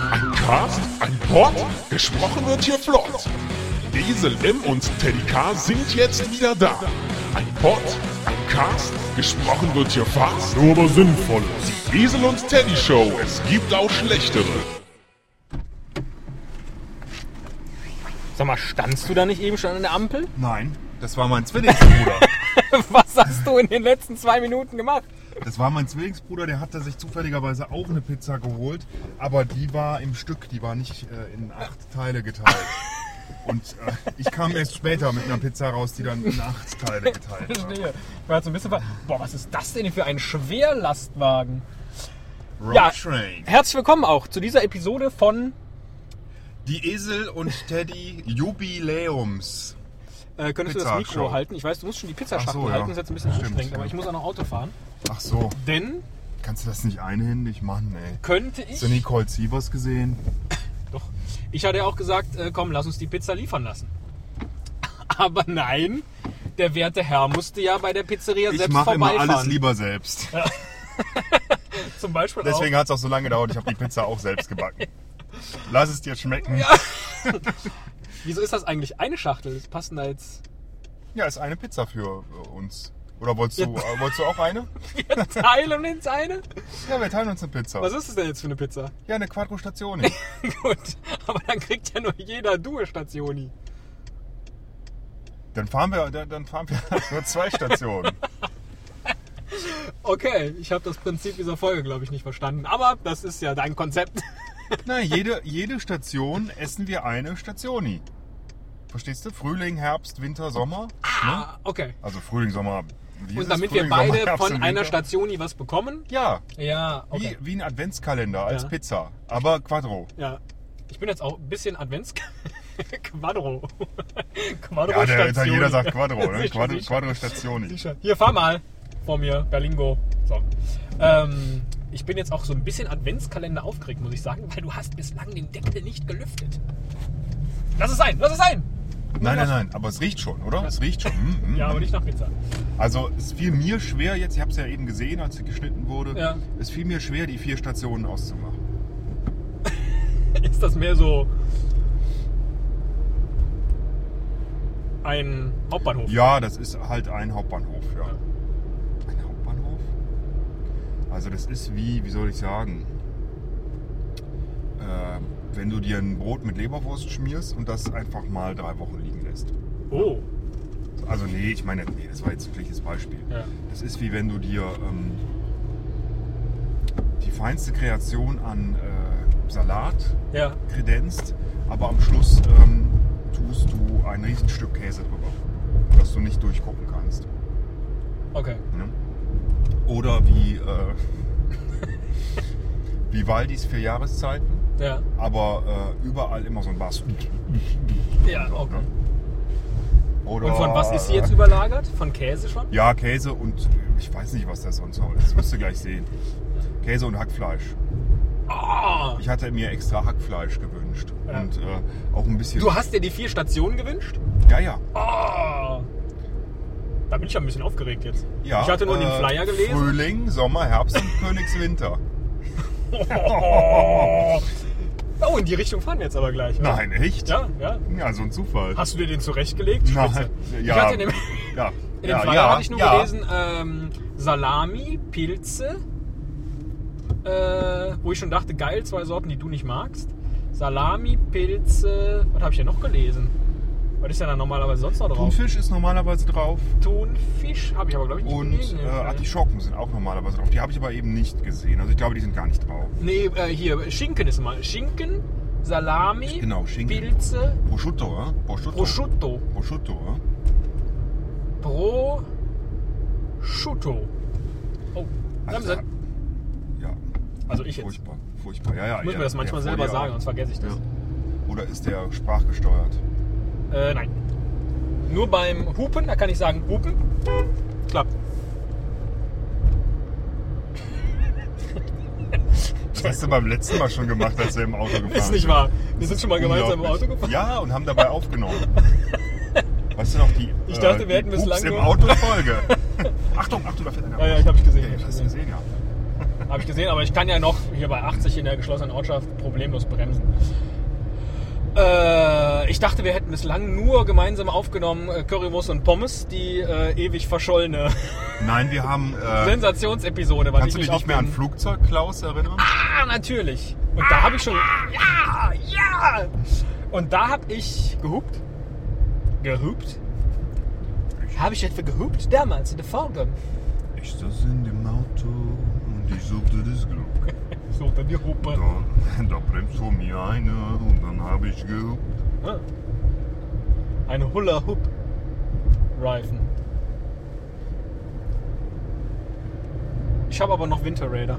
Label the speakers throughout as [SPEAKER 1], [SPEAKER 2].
[SPEAKER 1] Podcast an Bord. Gesprochen wird hier flott. Esel M und Teddy K sind jetzt wieder da. Ein Pod, ein Cast, gesprochen wird hier fast, nur aber sinnvoll. Die Esel und Teddy Show, es gibt auch schlechtere.
[SPEAKER 2] Sag mal, standst du da nicht eben schon an der Ampel?
[SPEAKER 3] Nein, das war mein Zwillingsbruder.
[SPEAKER 2] Was hast du in den letzten zwei Minuten gemacht?
[SPEAKER 3] Das war mein Zwillingsbruder, der hat da sich zufälligerweise auch eine Pizza geholt, aber die war im Stück, die war nicht äh, in acht Teile geteilt. Und äh, ich kam erst später mit einer Pizza raus, die dann in acht Teile geteilt war.
[SPEAKER 2] Verstehe. Ich war jetzt ein bisschen ver Boah, was ist das denn für ein Schwerlastwagen?
[SPEAKER 3] Road
[SPEAKER 2] Ja.
[SPEAKER 3] Train.
[SPEAKER 2] Herzlich willkommen auch zu dieser Episode von
[SPEAKER 3] Die Esel und Teddy Jubiläums.
[SPEAKER 2] äh, könntest du
[SPEAKER 3] Pizza
[SPEAKER 2] das Mikro
[SPEAKER 3] Show.
[SPEAKER 2] halten? Ich weiß, du musst schon die
[SPEAKER 3] Ach
[SPEAKER 2] Pizzaschachtel
[SPEAKER 3] so, ja.
[SPEAKER 2] halten, das ist jetzt ein bisschen
[SPEAKER 3] Stimmt,
[SPEAKER 2] anstrengend, aber
[SPEAKER 3] ja.
[SPEAKER 2] ich muss auch noch Auto fahren.
[SPEAKER 3] Ach so,
[SPEAKER 2] Denn
[SPEAKER 3] kannst du das nicht einhändig machen, ey?
[SPEAKER 2] könnte ich.
[SPEAKER 3] Hast du Nicole Sievers gesehen?
[SPEAKER 2] Doch. Ich hatte ja auch gesagt, äh, komm, lass uns die Pizza liefern lassen. Aber nein, der werte Herr musste ja bei der Pizzeria
[SPEAKER 3] Ich
[SPEAKER 2] selbst
[SPEAKER 3] mache immer
[SPEAKER 2] vorbeifahren.
[SPEAKER 3] alles lieber selbst.
[SPEAKER 2] Zum Beispiel auch.
[SPEAKER 3] Deswegen hat es auch so lange gedauert, ich habe die Pizza auch selbst gebacken. Lass es dir schmecken. Ja,
[SPEAKER 2] Wieso ist das eigentlich eine Schachtel? Das passen da jetzt
[SPEAKER 3] ist eine Pizza für äh, uns. Oder wolltest du, äh, wolltest du auch eine?
[SPEAKER 2] vier Teile und ins eine?
[SPEAKER 3] Ja, wir teilen uns eine Pizza.
[SPEAKER 2] Was ist das denn jetzt für eine Pizza?
[SPEAKER 3] Ja, eine Quattro Stationi.
[SPEAKER 2] Gut, aber dann kriegt ja nur jeder Due Stationi.
[SPEAKER 3] Dann fahren wir, dann dann fahren wir nur zwei Stationen.
[SPEAKER 2] Okay, ich habe das Prinzip dieser Folge, glaube ich, nicht verstanden. Aber das ist ja dein Konzept.
[SPEAKER 3] Ne? Nein, jede, jede Station essen wir eine Stationi. Verstehst du? Frühling, Herbst, Winter, Sommer.
[SPEAKER 2] Ah, okay.
[SPEAKER 3] Also Frühling, Sommer. wie ist es?
[SPEAKER 2] Und damit wir
[SPEAKER 3] Frühling, Sommer,
[SPEAKER 2] beide
[SPEAKER 3] Herbst
[SPEAKER 2] von
[SPEAKER 3] und
[SPEAKER 2] einer
[SPEAKER 3] Winter.
[SPEAKER 2] Stationi was bekommen?
[SPEAKER 3] Ja,
[SPEAKER 2] Ja,
[SPEAKER 3] wie,
[SPEAKER 2] okay.
[SPEAKER 3] wie ein Adventskalender als
[SPEAKER 2] Ja.
[SPEAKER 3] Pizza. Aber Quattro.
[SPEAKER 2] Ja. Ich bin jetzt auch ein bisschen Advents... Quadro. Quadro
[SPEAKER 3] Ja, der
[SPEAKER 2] Stationi.
[SPEAKER 3] Italiener sagt Quattro, ne?
[SPEAKER 2] Sicher,
[SPEAKER 3] Quattro,
[SPEAKER 2] sicher.
[SPEAKER 3] Quattro Stationi.
[SPEAKER 2] Sicher. Hier, fahr mal vor mir, Berlingo. So. Ähm, ich bin jetzt auch so ein bisschen Adventskalender aufgeregt, muss ich sagen, weil du hast bislang den Deckel nicht gelüftet. Lass es sein, lass es sein!
[SPEAKER 3] Nein, nein, nein, aber es riecht schon, oder? Es riecht schon. Mm, mm.
[SPEAKER 2] Ja, aber nicht nach Pizza.
[SPEAKER 3] Also es fiel mir schwer jetzt, ich habe es ja eben gesehen, als sie geschnitten wurde,
[SPEAKER 2] Ja.
[SPEAKER 3] es fiel mir schwer, die vier Stationen auszumachen.
[SPEAKER 2] Ist das mehr so ein Hauptbahnhof?
[SPEAKER 3] Ja, das ist halt ein Hauptbahnhof, ja. Ein Hauptbahnhof? Also das ist wie, wie soll ich sagen, äh, wenn du dir ein Brot mit Leberwurst schmierst und das einfach mal drei Wochen liegen lässt.
[SPEAKER 2] Oh,
[SPEAKER 3] Also nee, ich meine, nee, das war jetzt ein schlechtes Beispiel.
[SPEAKER 2] Ja.
[SPEAKER 3] Das ist wie wenn du dir ähm, die feinste Kreation an äh, Salat
[SPEAKER 2] ja.
[SPEAKER 3] kredenzt, aber am Schluss ähm, tust du ein Riesenstück Käse drüber, dass du nicht durchgucken kannst.
[SPEAKER 2] Okay.
[SPEAKER 3] Ne? Oder wie, äh, wie Waldis vier Jahreszeiten,
[SPEAKER 2] Ja.
[SPEAKER 3] aber äh, überall immer so ein Bass.
[SPEAKER 2] Ja, okay.
[SPEAKER 3] Oder,
[SPEAKER 2] Und von was ist sie jetzt überlagert? Von Käse schon?
[SPEAKER 3] Ja, Käse und ich weiß nicht, was das sonst noch ist. Das wirst du gleich sehen. Käse und Hackfleisch.
[SPEAKER 2] Ah!
[SPEAKER 3] Ich hatte mir extra Hackfleisch gewünscht.
[SPEAKER 2] Ja.
[SPEAKER 3] Und äh, auch ein bisschen.
[SPEAKER 2] Du hast dir die vier Stationen gewünscht?
[SPEAKER 3] ja, ja.
[SPEAKER 2] Ah! Da bin ich ja ein bisschen aufgeregt jetzt.
[SPEAKER 3] ja.
[SPEAKER 2] ich hatte nur den
[SPEAKER 3] äh,
[SPEAKER 2] Flyer gelesen.
[SPEAKER 3] Frühling, Sommer, Herbst und Königswinter.
[SPEAKER 2] Oh. oh, in die Richtung fahren wir jetzt aber gleich. oder?
[SPEAKER 3] Nein, echt?
[SPEAKER 2] Ja, ja.
[SPEAKER 3] Ja, so ein Zufall.
[SPEAKER 2] Hast du dir den zurechtgelegt?
[SPEAKER 3] Nein.
[SPEAKER 2] Spitze.
[SPEAKER 3] Ja.
[SPEAKER 2] Ich hatte in dem,
[SPEAKER 3] ja.
[SPEAKER 2] in dem
[SPEAKER 3] ja,
[SPEAKER 2] Flyer
[SPEAKER 3] ja,
[SPEAKER 2] hatte ich nur
[SPEAKER 3] ja.
[SPEAKER 2] gelesen, ähm, Salami, Pilze, äh, wo ich schon dachte, geil, zwei Sorten, die du nicht magst. Salami, Pilze, was habe ich denn noch gelesen? Was ist denn da normalerweise sonst noch drauf?
[SPEAKER 3] Thunfisch ist normalerweise drauf.
[SPEAKER 2] Thunfisch habe ich aber, glaube ich, nicht
[SPEAKER 3] Und
[SPEAKER 2] gelesen.
[SPEAKER 3] äh, Artischocken sind auch normalerweise drauf. Die habe ich aber eben nicht gesehen. Also ich glaube, die sind gar nicht drauf.
[SPEAKER 2] Nee, äh, hier, Schinken ist mal. Schinken, Salami,
[SPEAKER 3] Genau, Schinken.
[SPEAKER 2] Pilze,
[SPEAKER 3] Prosciutto, oder? Prosciutto.
[SPEAKER 2] Prosciutto.
[SPEAKER 3] Prosciutto, oder?
[SPEAKER 2] Prosciutto. Oh,
[SPEAKER 3] Also,
[SPEAKER 2] bleiben Sie.
[SPEAKER 3] ja.
[SPEAKER 2] Also ich jetzt.
[SPEAKER 3] Furchtbar, furchtbar. Ja, ja.
[SPEAKER 2] Ich muss
[SPEAKER 3] ja,
[SPEAKER 2] mir das manchmal
[SPEAKER 3] ja,
[SPEAKER 2] selber
[SPEAKER 3] vor dir
[SPEAKER 2] sagen, sonst vergesse ich das.
[SPEAKER 3] auch. Oder ist der sprachgesteuert?
[SPEAKER 2] Äh, nein. Nur beim Hupen, da kann ich sagen, Hupen. Klappt.
[SPEAKER 3] Das hast du beim letzten Mal schon gemacht, als wir im Auto gefahren
[SPEAKER 2] Ist nicht
[SPEAKER 3] sind.
[SPEAKER 2] wahr. Wir sind schon mal gemeinsam im
[SPEAKER 3] Unglaublich.
[SPEAKER 2] Auto gefahren.
[SPEAKER 3] Ja, und haben dabei aufgenommen. Weißt du noch, die.
[SPEAKER 2] Ich dachte,
[SPEAKER 3] äh,
[SPEAKER 2] wir hätten
[SPEAKER 3] die
[SPEAKER 2] bislang
[SPEAKER 3] Pups im
[SPEAKER 2] nur-
[SPEAKER 3] Auto Folge. Achtung, Achtung, da fährt einer.
[SPEAKER 2] Ja, ja, ich habe ich gesehen.
[SPEAKER 3] Ja,
[SPEAKER 2] ich
[SPEAKER 3] ich
[SPEAKER 2] hab's
[SPEAKER 3] hast
[SPEAKER 2] gesehen.
[SPEAKER 3] gesehen, ja.
[SPEAKER 2] Habe ich gesehen, aber ich kann ja noch hier bei 80 in der geschlossenen Ortschaft problemlos bremsen. Äh, ich dachte, wir hätten bislang nur gemeinsam aufgenommen äh, Currywurst und Pommes, die äh, ewig verschollene
[SPEAKER 3] Nein, wir haben. Äh,
[SPEAKER 2] Sensationsepisode. weil ich
[SPEAKER 3] kannst du
[SPEAKER 2] mich
[SPEAKER 3] dich
[SPEAKER 2] auf
[SPEAKER 3] nicht mehr an
[SPEAKER 2] den-
[SPEAKER 3] Flugzeug, Klaus, erinnern?
[SPEAKER 2] Ah, natürlich. Und da habe ich schon. Ah, Ja, ja! Und da habe ich gehupt. Gehupt? Habe ich etwa gehupt damals in der Folge?
[SPEAKER 3] Ich saß in dem Auto und ich suchte das Glück.
[SPEAKER 2] So, dann die Hupe.
[SPEAKER 3] Da, da bremst vor mir einer und dann habe ich gehupt.
[SPEAKER 2] Ah. Ein Hula Hoop Reifen. Ich habe aber noch Winter Raider.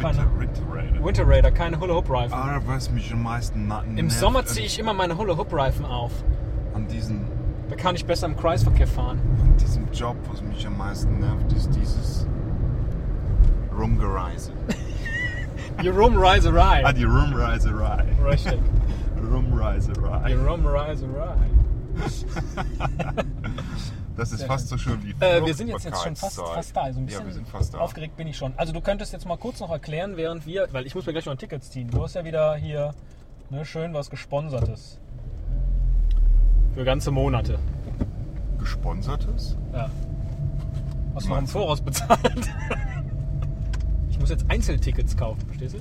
[SPEAKER 2] Keine.
[SPEAKER 3] Ritter
[SPEAKER 2] Winter Raider, keine Hula Hoop Reifen.
[SPEAKER 3] Ah, was mich am meisten na-
[SPEAKER 2] Im
[SPEAKER 3] nervt
[SPEAKER 2] Sommer
[SPEAKER 3] an-
[SPEAKER 2] ziehe ich immer meine Hula Hoop Reifen auf.
[SPEAKER 3] An diesem,
[SPEAKER 2] Da kann ich besser im Kreisverkehr fahren.
[SPEAKER 3] an diesem Job, was mich am meisten nervt, ist dieses Rumgereise.
[SPEAKER 2] Die Rumreiserei.
[SPEAKER 3] Ah, die Rumreiserei.
[SPEAKER 2] Richtig. Die
[SPEAKER 3] Rumreiserei.
[SPEAKER 2] Rumreiserei.
[SPEAKER 3] Das ist
[SPEAKER 2] Sehr
[SPEAKER 3] fast so schön wie
[SPEAKER 2] Äh, wir sind jetzt, jetzt schon fast,
[SPEAKER 3] Fruchtbarkeitszeit.
[SPEAKER 2] fast da. Also ein bisschen
[SPEAKER 3] ja, wir sind fast da.
[SPEAKER 2] Aufgeregt bin ich schon. Also du könntest jetzt mal kurz noch erklären, während wir, weil ich muss mir gleich noch ein Ticket ziehen. Du hast ja wieder hier ne, schön was Gesponsertes. Für ganze Monate.
[SPEAKER 3] Gesponsertes?
[SPEAKER 2] Ja. Hast du noch im
[SPEAKER 3] Meinst du?
[SPEAKER 2] Voraus bezahlt. ich muss jetzt Einzeltickets kaufen, verstehst du?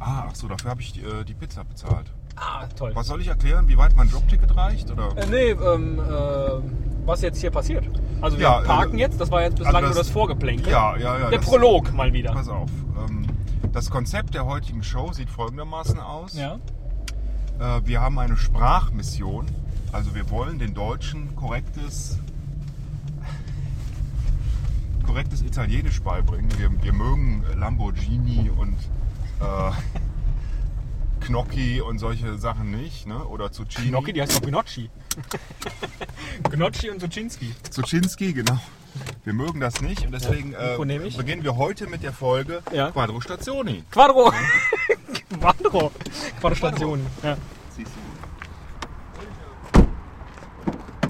[SPEAKER 3] Ah, ach so, dafür habe ich die, äh, die Pizza bezahlt.
[SPEAKER 2] Ah, toll.
[SPEAKER 3] Was soll ich erklären, wie weit mein Jobticket reicht? Oder?
[SPEAKER 2] Äh, nee, ähm, äh, was jetzt hier passiert. Also wir
[SPEAKER 3] Ja,
[SPEAKER 2] parken
[SPEAKER 3] äh,
[SPEAKER 2] jetzt, das war jetzt bislang
[SPEAKER 3] also
[SPEAKER 2] nur
[SPEAKER 3] das-
[SPEAKER 2] das Vorgeplänkel.
[SPEAKER 3] Ja, ja, ja.
[SPEAKER 2] Der
[SPEAKER 3] das-
[SPEAKER 2] Prolog mal wieder.
[SPEAKER 3] Pass auf. Ähm, das Konzept der heutigen Show sieht folgendermaßen aus.
[SPEAKER 2] Ja.
[SPEAKER 3] Äh, wir haben eine Sprachmission. Also wir wollen den Deutschen korrektes, korrektes Italienisch beibringen. Wir, wir mögen Lamborghini und äh, Gnocchi und solche Sachen nicht. Ne? Oder Zucchini.
[SPEAKER 2] Gnocchi, die heißt doch Gnocchi. Gnocchi und Zuczynski.
[SPEAKER 3] Zuczynski, genau. Wir mögen das nicht und deswegen äh,
[SPEAKER 2] Mikro nehme ich.
[SPEAKER 3] beginnen wir heute mit der Folge
[SPEAKER 2] Ja.
[SPEAKER 3] Quadro Stationi.
[SPEAKER 2] Quadro! Quadro! Quadro-Station. Ja.
[SPEAKER 3] Siehst du?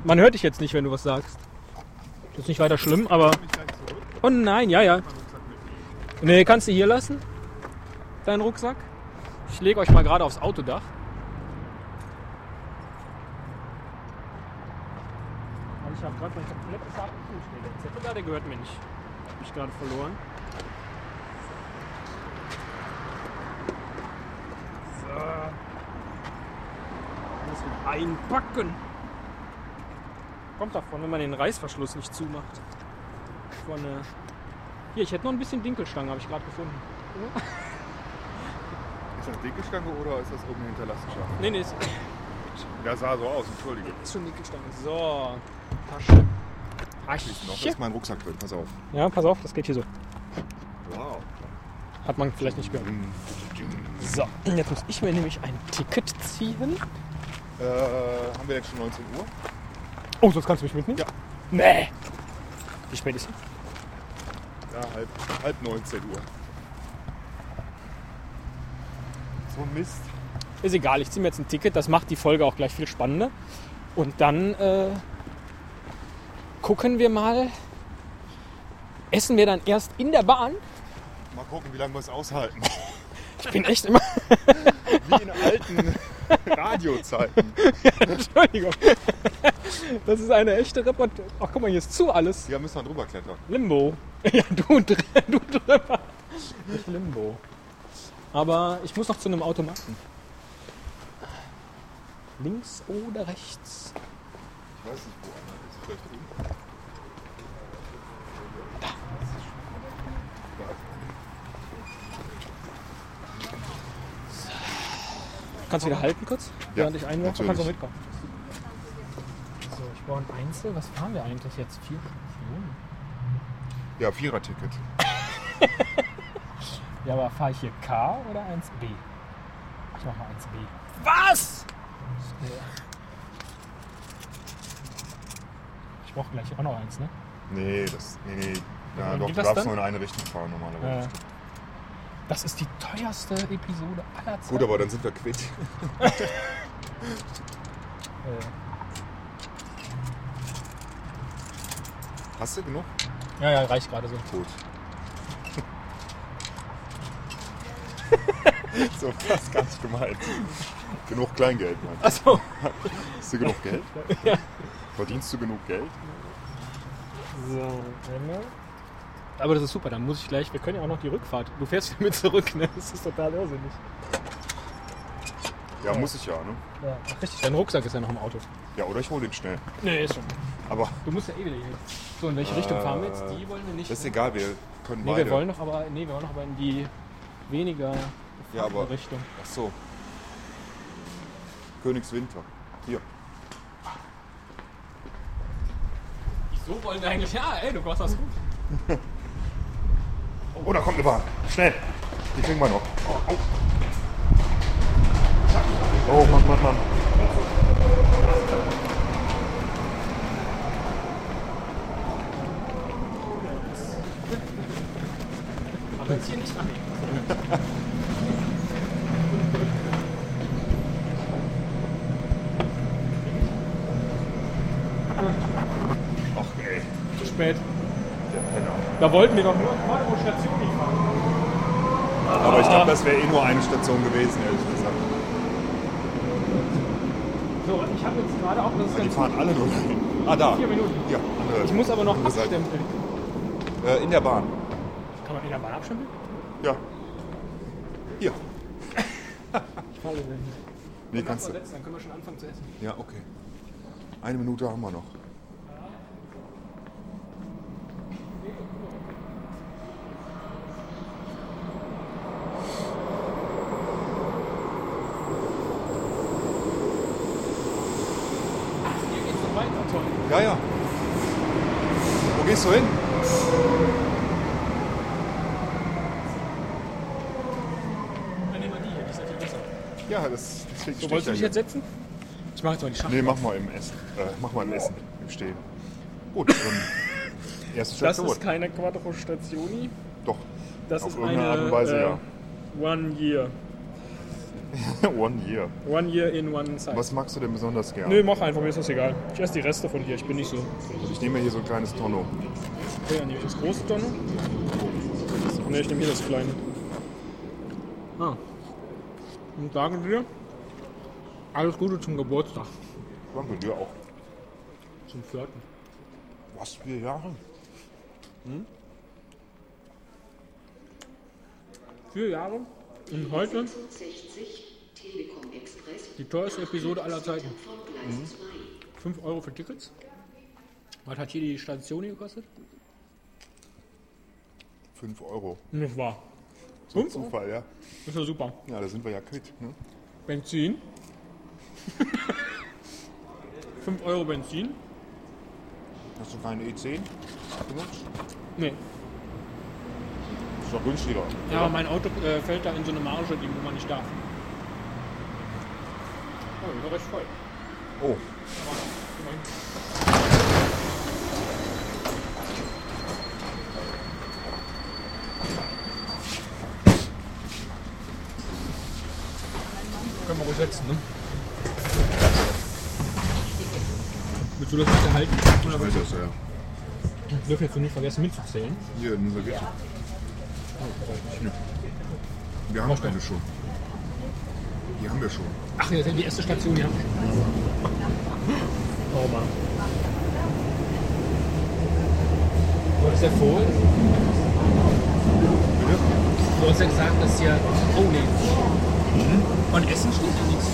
[SPEAKER 2] Man hört dich jetzt nicht, wenn du was sagst. Das ist nicht weiter schlimm, aber. Oh nein, ja, ja. Nee, kannst du hier lassen? Deinen Rucksack? Ich lege euch mal gerade aufs Autodach. Aber Ich habe gerade mein komplettes Sachen Der Zettel da, der gehört mir nicht. Hab ich gerade verloren. So. Äh, Muss man einpacken. Kommt davon, wenn man den Reißverschluss nicht zumacht. Von, äh Hier, ich hätte noch ein bisschen Dinkelstange, habe ich gerade gefunden.
[SPEAKER 3] Ist das Dinkelstange oder ist das irgendeine Hinterlassenschaft?
[SPEAKER 2] Nee, nee, ist,
[SPEAKER 3] Der sah so aus, entschuldige.
[SPEAKER 2] ist schon Dinkelstange. So, Tasche.
[SPEAKER 3] Schließt noch, da
[SPEAKER 2] Tasche.
[SPEAKER 3] ist mein Rucksack drin, pass auf.
[SPEAKER 2] Ja, pass auf, das geht hier so.
[SPEAKER 3] Wow.
[SPEAKER 2] Hat man vielleicht nicht gehört. So, jetzt muss ich mir nämlich ein Ticket ziehen.
[SPEAKER 3] Äh, haben wir denn schon 19 Uhr?
[SPEAKER 2] Oh, sonst kannst du mich mitnehmen? Ja. Nee. Wie spät ist es?
[SPEAKER 3] Ja, halb, halb 19 Uhr. So ein Mist.
[SPEAKER 2] Ist egal, ich ziehe mir jetzt ein Ticket, das macht die Folge auch gleich viel spannender. Und dann äh, gucken wir mal. Essen wir dann erst in der Bahn?
[SPEAKER 3] Mal gucken, wie lange wir es aushalten.
[SPEAKER 2] Ich bin echt immer.
[SPEAKER 3] Wie in alten Radiozeiten.
[SPEAKER 2] Entschuldigung. Das ist eine echte Reportage. Ach, guck mal, hier ist zu alles.
[SPEAKER 3] Ja, müssen wir drüber klettern.
[SPEAKER 2] Limbo. Ja, du, dr- du drüber. Nicht Limbo. Aber ich muss noch zu einem Automaten. Links oder rechts?
[SPEAKER 3] Ich weiß nicht, wo einer ist. Vielleicht drüben.
[SPEAKER 2] Kannst du wieder halten kurz?
[SPEAKER 3] Ja,
[SPEAKER 2] während ich einwerfe,
[SPEAKER 3] natürlich.
[SPEAKER 2] kannst du mitkommen. So, ich brauche ein Einzel. Was fahren wir eigentlich jetzt? Vier Stationen?
[SPEAKER 3] Ja, Viererticket.
[SPEAKER 2] Ja, aber fahre ich hier K oder 1B? Ich mache mal 1B. Was? Ich brauche gleich auch noch eins, ne?
[SPEAKER 3] Nee, das. Nee, nee. Ja,
[SPEAKER 2] Und
[SPEAKER 3] doch, du
[SPEAKER 2] gibt das
[SPEAKER 3] darfst
[SPEAKER 2] dann?
[SPEAKER 3] nur in eine Richtung fahren normalerweise.
[SPEAKER 2] Äh, Das ist die teuerste Episode aller Zeiten.
[SPEAKER 3] Gut, aber dann sind wir quitt.
[SPEAKER 2] Äh,
[SPEAKER 3] Hast du genug?
[SPEAKER 2] ja, ja, reicht gerade so.
[SPEAKER 3] Gut. So was ganz gemeint. Genug Kleingeld, meinst du?
[SPEAKER 2] Achso,
[SPEAKER 3] Hast du genug Geld? Verdienst du genug Geld?
[SPEAKER 2] So, einmal. Aber das ist super, dann muss ich gleich, wir können ja auch noch die Rückfahrt. Du fährst mit zurück, ne? Das ist total irrsinnig.
[SPEAKER 3] Ja, muss ich ja, ne?
[SPEAKER 2] Ja. Richtig, dein Rucksack ist ja noch im Auto.
[SPEAKER 3] Ja, oder ich hole den schnell.
[SPEAKER 2] Nee, ist schon.
[SPEAKER 3] Aber
[SPEAKER 2] Du musst ja eh wieder hier. So, in welche Richtung fahren wir jetzt? Die wollen wir nicht.
[SPEAKER 3] das ist egal, wir können
[SPEAKER 2] nee,
[SPEAKER 3] beide.
[SPEAKER 2] wir wollen noch aber, nee, wir wollen noch aber in die weniger
[SPEAKER 3] ja, aber,
[SPEAKER 2] Richtung.
[SPEAKER 3] ach so. Königswinter. Hier.
[SPEAKER 2] So wollen wir eigentlich, ja, ey, du machst das gut.
[SPEAKER 3] Oh, da kommt eine Bahn. Schnell. Die kriegen wir noch. Oh, oh. oh Mann, Mann, Mann.
[SPEAKER 2] Aber jetzt hier nicht annehmen.
[SPEAKER 3] Ach, ey.
[SPEAKER 2] Zu spät.
[SPEAKER 3] Der Penner.
[SPEAKER 2] Da wollten wir doch nur eine Station fahren.
[SPEAKER 3] Aber ich glaube, das wäre eh nur eine Station gewesen, ehrlich gesagt.
[SPEAKER 2] So, ich habe jetzt gerade auch, das ist
[SPEAKER 3] Die
[SPEAKER 2] ganz
[SPEAKER 3] fahren alle nur dahin. Ah, da.
[SPEAKER 2] Vier Minuten.
[SPEAKER 3] Ja, andere.
[SPEAKER 2] Ich muss aber noch
[SPEAKER 3] andere Seite.
[SPEAKER 2] abstempeln.
[SPEAKER 3] Äh, in der Bahn.
[SPEAKER 2] Kann man in der Bahn abstempeln?
[SPEAKER 3] Ja. Hier.
[SPEAKER 2] Ich fahre nicht.
[SPEAKER 3] Nee, kannst du.
[SPEAKER 2] dann können wir schon anfangen zu essen.
[SPEAKER 3] Ja, okay. Eine Minute haben wir noch.
[SPEAKER 2] Hier geht's noch weiter. Toll.
[SPEAKER 3] Ja, ja. Wo gehst du hin?
[SPEAKER 2] Dann nehmen wir die hier, die ist ja viel besser.
[SPEAKER 3] Ja, das, deswegen
[SPEAKER 2] So,
[SPEAKER 3] stehe ich
[SPEAKER 2] wolltest
[SPEAKER 3] ja
[SPEAKER 2] du dich
[SPEAKER 3] hier.
[SPEAKER 2] jetzt setzen? Ich mache jetzt mal die Schachtel.
[SPEAKER 3] Nee, mach mal im Essen. Äh, mach mal im Essen. Im Stehen. Gut, ähm, erste
[SPEAKER 2] das
[SPEAKER 3] Station.
[SPEAKER 2] ist keine Quattro Stationi.
[SPEAKER 3] Doch.
[SPEAKER 2] Das
[SPEAKER 3] Auf
[SPEAKER 2] ist eine
[SPEAKER 3] irgendeine Art und Weise,
[SPEAKER 2] äh,
[SPEAKER 3] ja.
[SPEAKER 2] One Year.
[SPEAKER 3] One year.
[SPEAKER 2] One Year in One Size.
[SPEAKER 3] Was magst du denn besonders gern?
[SPEAKER 2] Nö, mach einfach, mir ist das egal. Ich esse die Reste von dir, ich bin nicht so.
[SPEAKER 3] Also Ich nehme hier so ein kleines Tonno.
[SPEAKER 2] Okay, dann nehme ich das große Tonne. Ne, ich nehme hier das kleine. Ah. Und sagen wir, alles Gute zum Geburtstag.
[SPEAKER 3] Danke dir auch.
[SPEAKER 2] Zum Flirten.
[SPEAKER 3] Was für Jahre?
[SPEAKER 2] Vier Jahre und heute
[SPEAKER 4] 60 Telekom Express
[SPEAKER 2] die teuerste Episode aller Zeiten.
[SPEAKER 4] von Gleis 2.
[SPEAKER 2] 5 Euro für Tickets. Was hat hier die Station hier gekostet?
[SPEAKER 3] 5 Euro.
[SPEAKER 2] Nicht wahr.
[SPEAKER 3] So ein
[SPEAKER 2] Fünf Euro?
[SPEAKER 3] Zufall, ja.
[SPEAKER 2] Ist ja super.
[SPEAKER 3] Ja, da sind wir ja quitt. Ne?
[SPEAKER 2] Benzin. 5 Euro Benzin.
[SPEAKER 3] Hast du keine E E10 benutzt?
[SPEAKER 2] Nee.
[SPEAKER 3] Ist doch günstiger.
[SPEAKER 2] Ja, aber mein Auto äh, fällt da in so eine Marge, die wo man nicht darf. Oh, die war recht voll.
[SPEAKER 3] Oh,
[SPEAKER 2] Immerhin. Können wir ruhig setzen, ne? Willst du das bitte halten? Oder
[SPEAKER 3] das ist ja.
[SPEAKER 2] wir dürfen jetzt nur nicht vergessen mitzuzählen.
[SPEAKER 3] Hier, in unser Gitter. Wir haben eine schon. Die haben wir schon.
[SPEAKER 2] Ach, das ist ja die erste Station, ja. Oh Mann. Du hast ja vorhin, du hast ja gesagt, dass hier. Oh nee. Mhm. Und Essen steht ja nichts.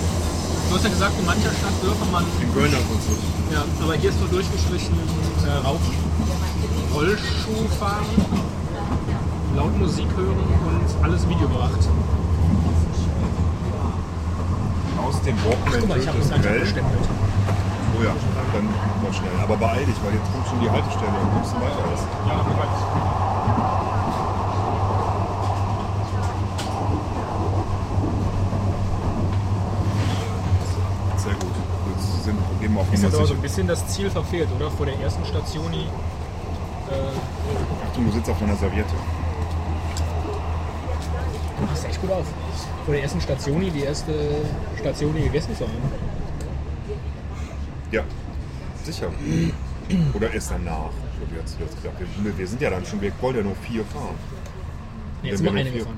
[SPEAKER 2] Du hast ja gesagt, in mancher Stadt dürfe man.
[SPEAKER 3] In Köln hat uns das.
[SPEAKER 2] Ja, aber hier ist nur durchgestrichen äh, Rauchen, Rollschuh fahren, laut Musik hören und alles videobewacht.
[SPEAKER 3] Aus dem Walkman
[SPEAKER 2] Guck mal, ich habe es einfach
[SPEAKER 3] Grill.
[SPEAKER 2] gestempelt.
[SPEAKER 3] Oh ja, dann mal schnell. Aber beeil dich, weil jetzt kommt schon die Haltestelle und kommst du weiter ist.
[SPEAKER 2] Ja, ich weiß.
[SPEAKER 3] Sehr gut. Jetzt sind, gehen wir auf
[SPEAKER 2] Das also-
[SPEAKER 3] Nummer
[SPEAKER 2] hat aber so ein
[SPEAKER 3] sicher.
[SPEAKER 2] bisschen das Ziel verfehlt, oder? Vor der ersten Station. die, Äh,
[SPEAKER 3] Achtung, du sitzt auf meiner Serviette.
[SPEAKER 2] du machst echt gut auf. Vor der ersten Station, die erste Station, die gegessen zu haben.
[SPEAKER 3] Ja, sicher. Oder erst danach. Ich hab jetzt, jetzt gedacht, wir, wir sind ja dann schon, wir wollen ja nur vier fahren.
[SPEAKER 2] Nee, jetzt
[SPEAKER 3] Wenn
[SPEAKER 2] mal
[SPEAKER 3] wir
[SPEAKER 2] eine
[SPEAKER 3] vier-
[SPEAKER 2] gefahren.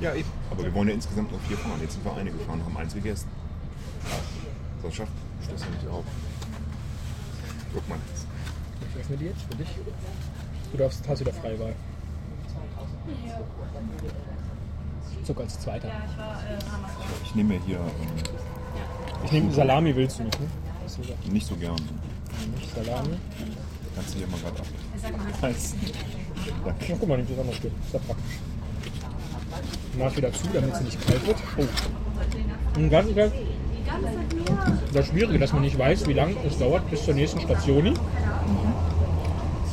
[SPEAKER 1] Ja, eben. Aber wir wollen ja insgesamt nur vier fahren. Jetzt sind wir eine gefahren, haben eins gegessen. Sonst schafft das nicht auf. Guck mal.
[SPEAKER 2] Was ist mit dir jetzt? Für dich? Du darfst, hast wieder Freiwahl. Zucker als Zweiter.
[SPEAKER 1] Ich nehme mir hier ähm,
[SPEAKER 3] Ich nehme Salami, willst du nicht, ne?
[SPEAKER 1] nicht so gern.
[SPEAKER 2] Nicht Salami.
[SPEAKER 1] Kannst du hier mal gerade ab.
[SPEAKER 2] Ja, guck mal, nimm das andere Stück. Ist ja praktisch. Mach wieder zu, damit sie nicht kalt wird. Oh. Und ganz egal. Das Schwierige, dass man nicht weiß, wie lange es dauert bis zur nächsten Station.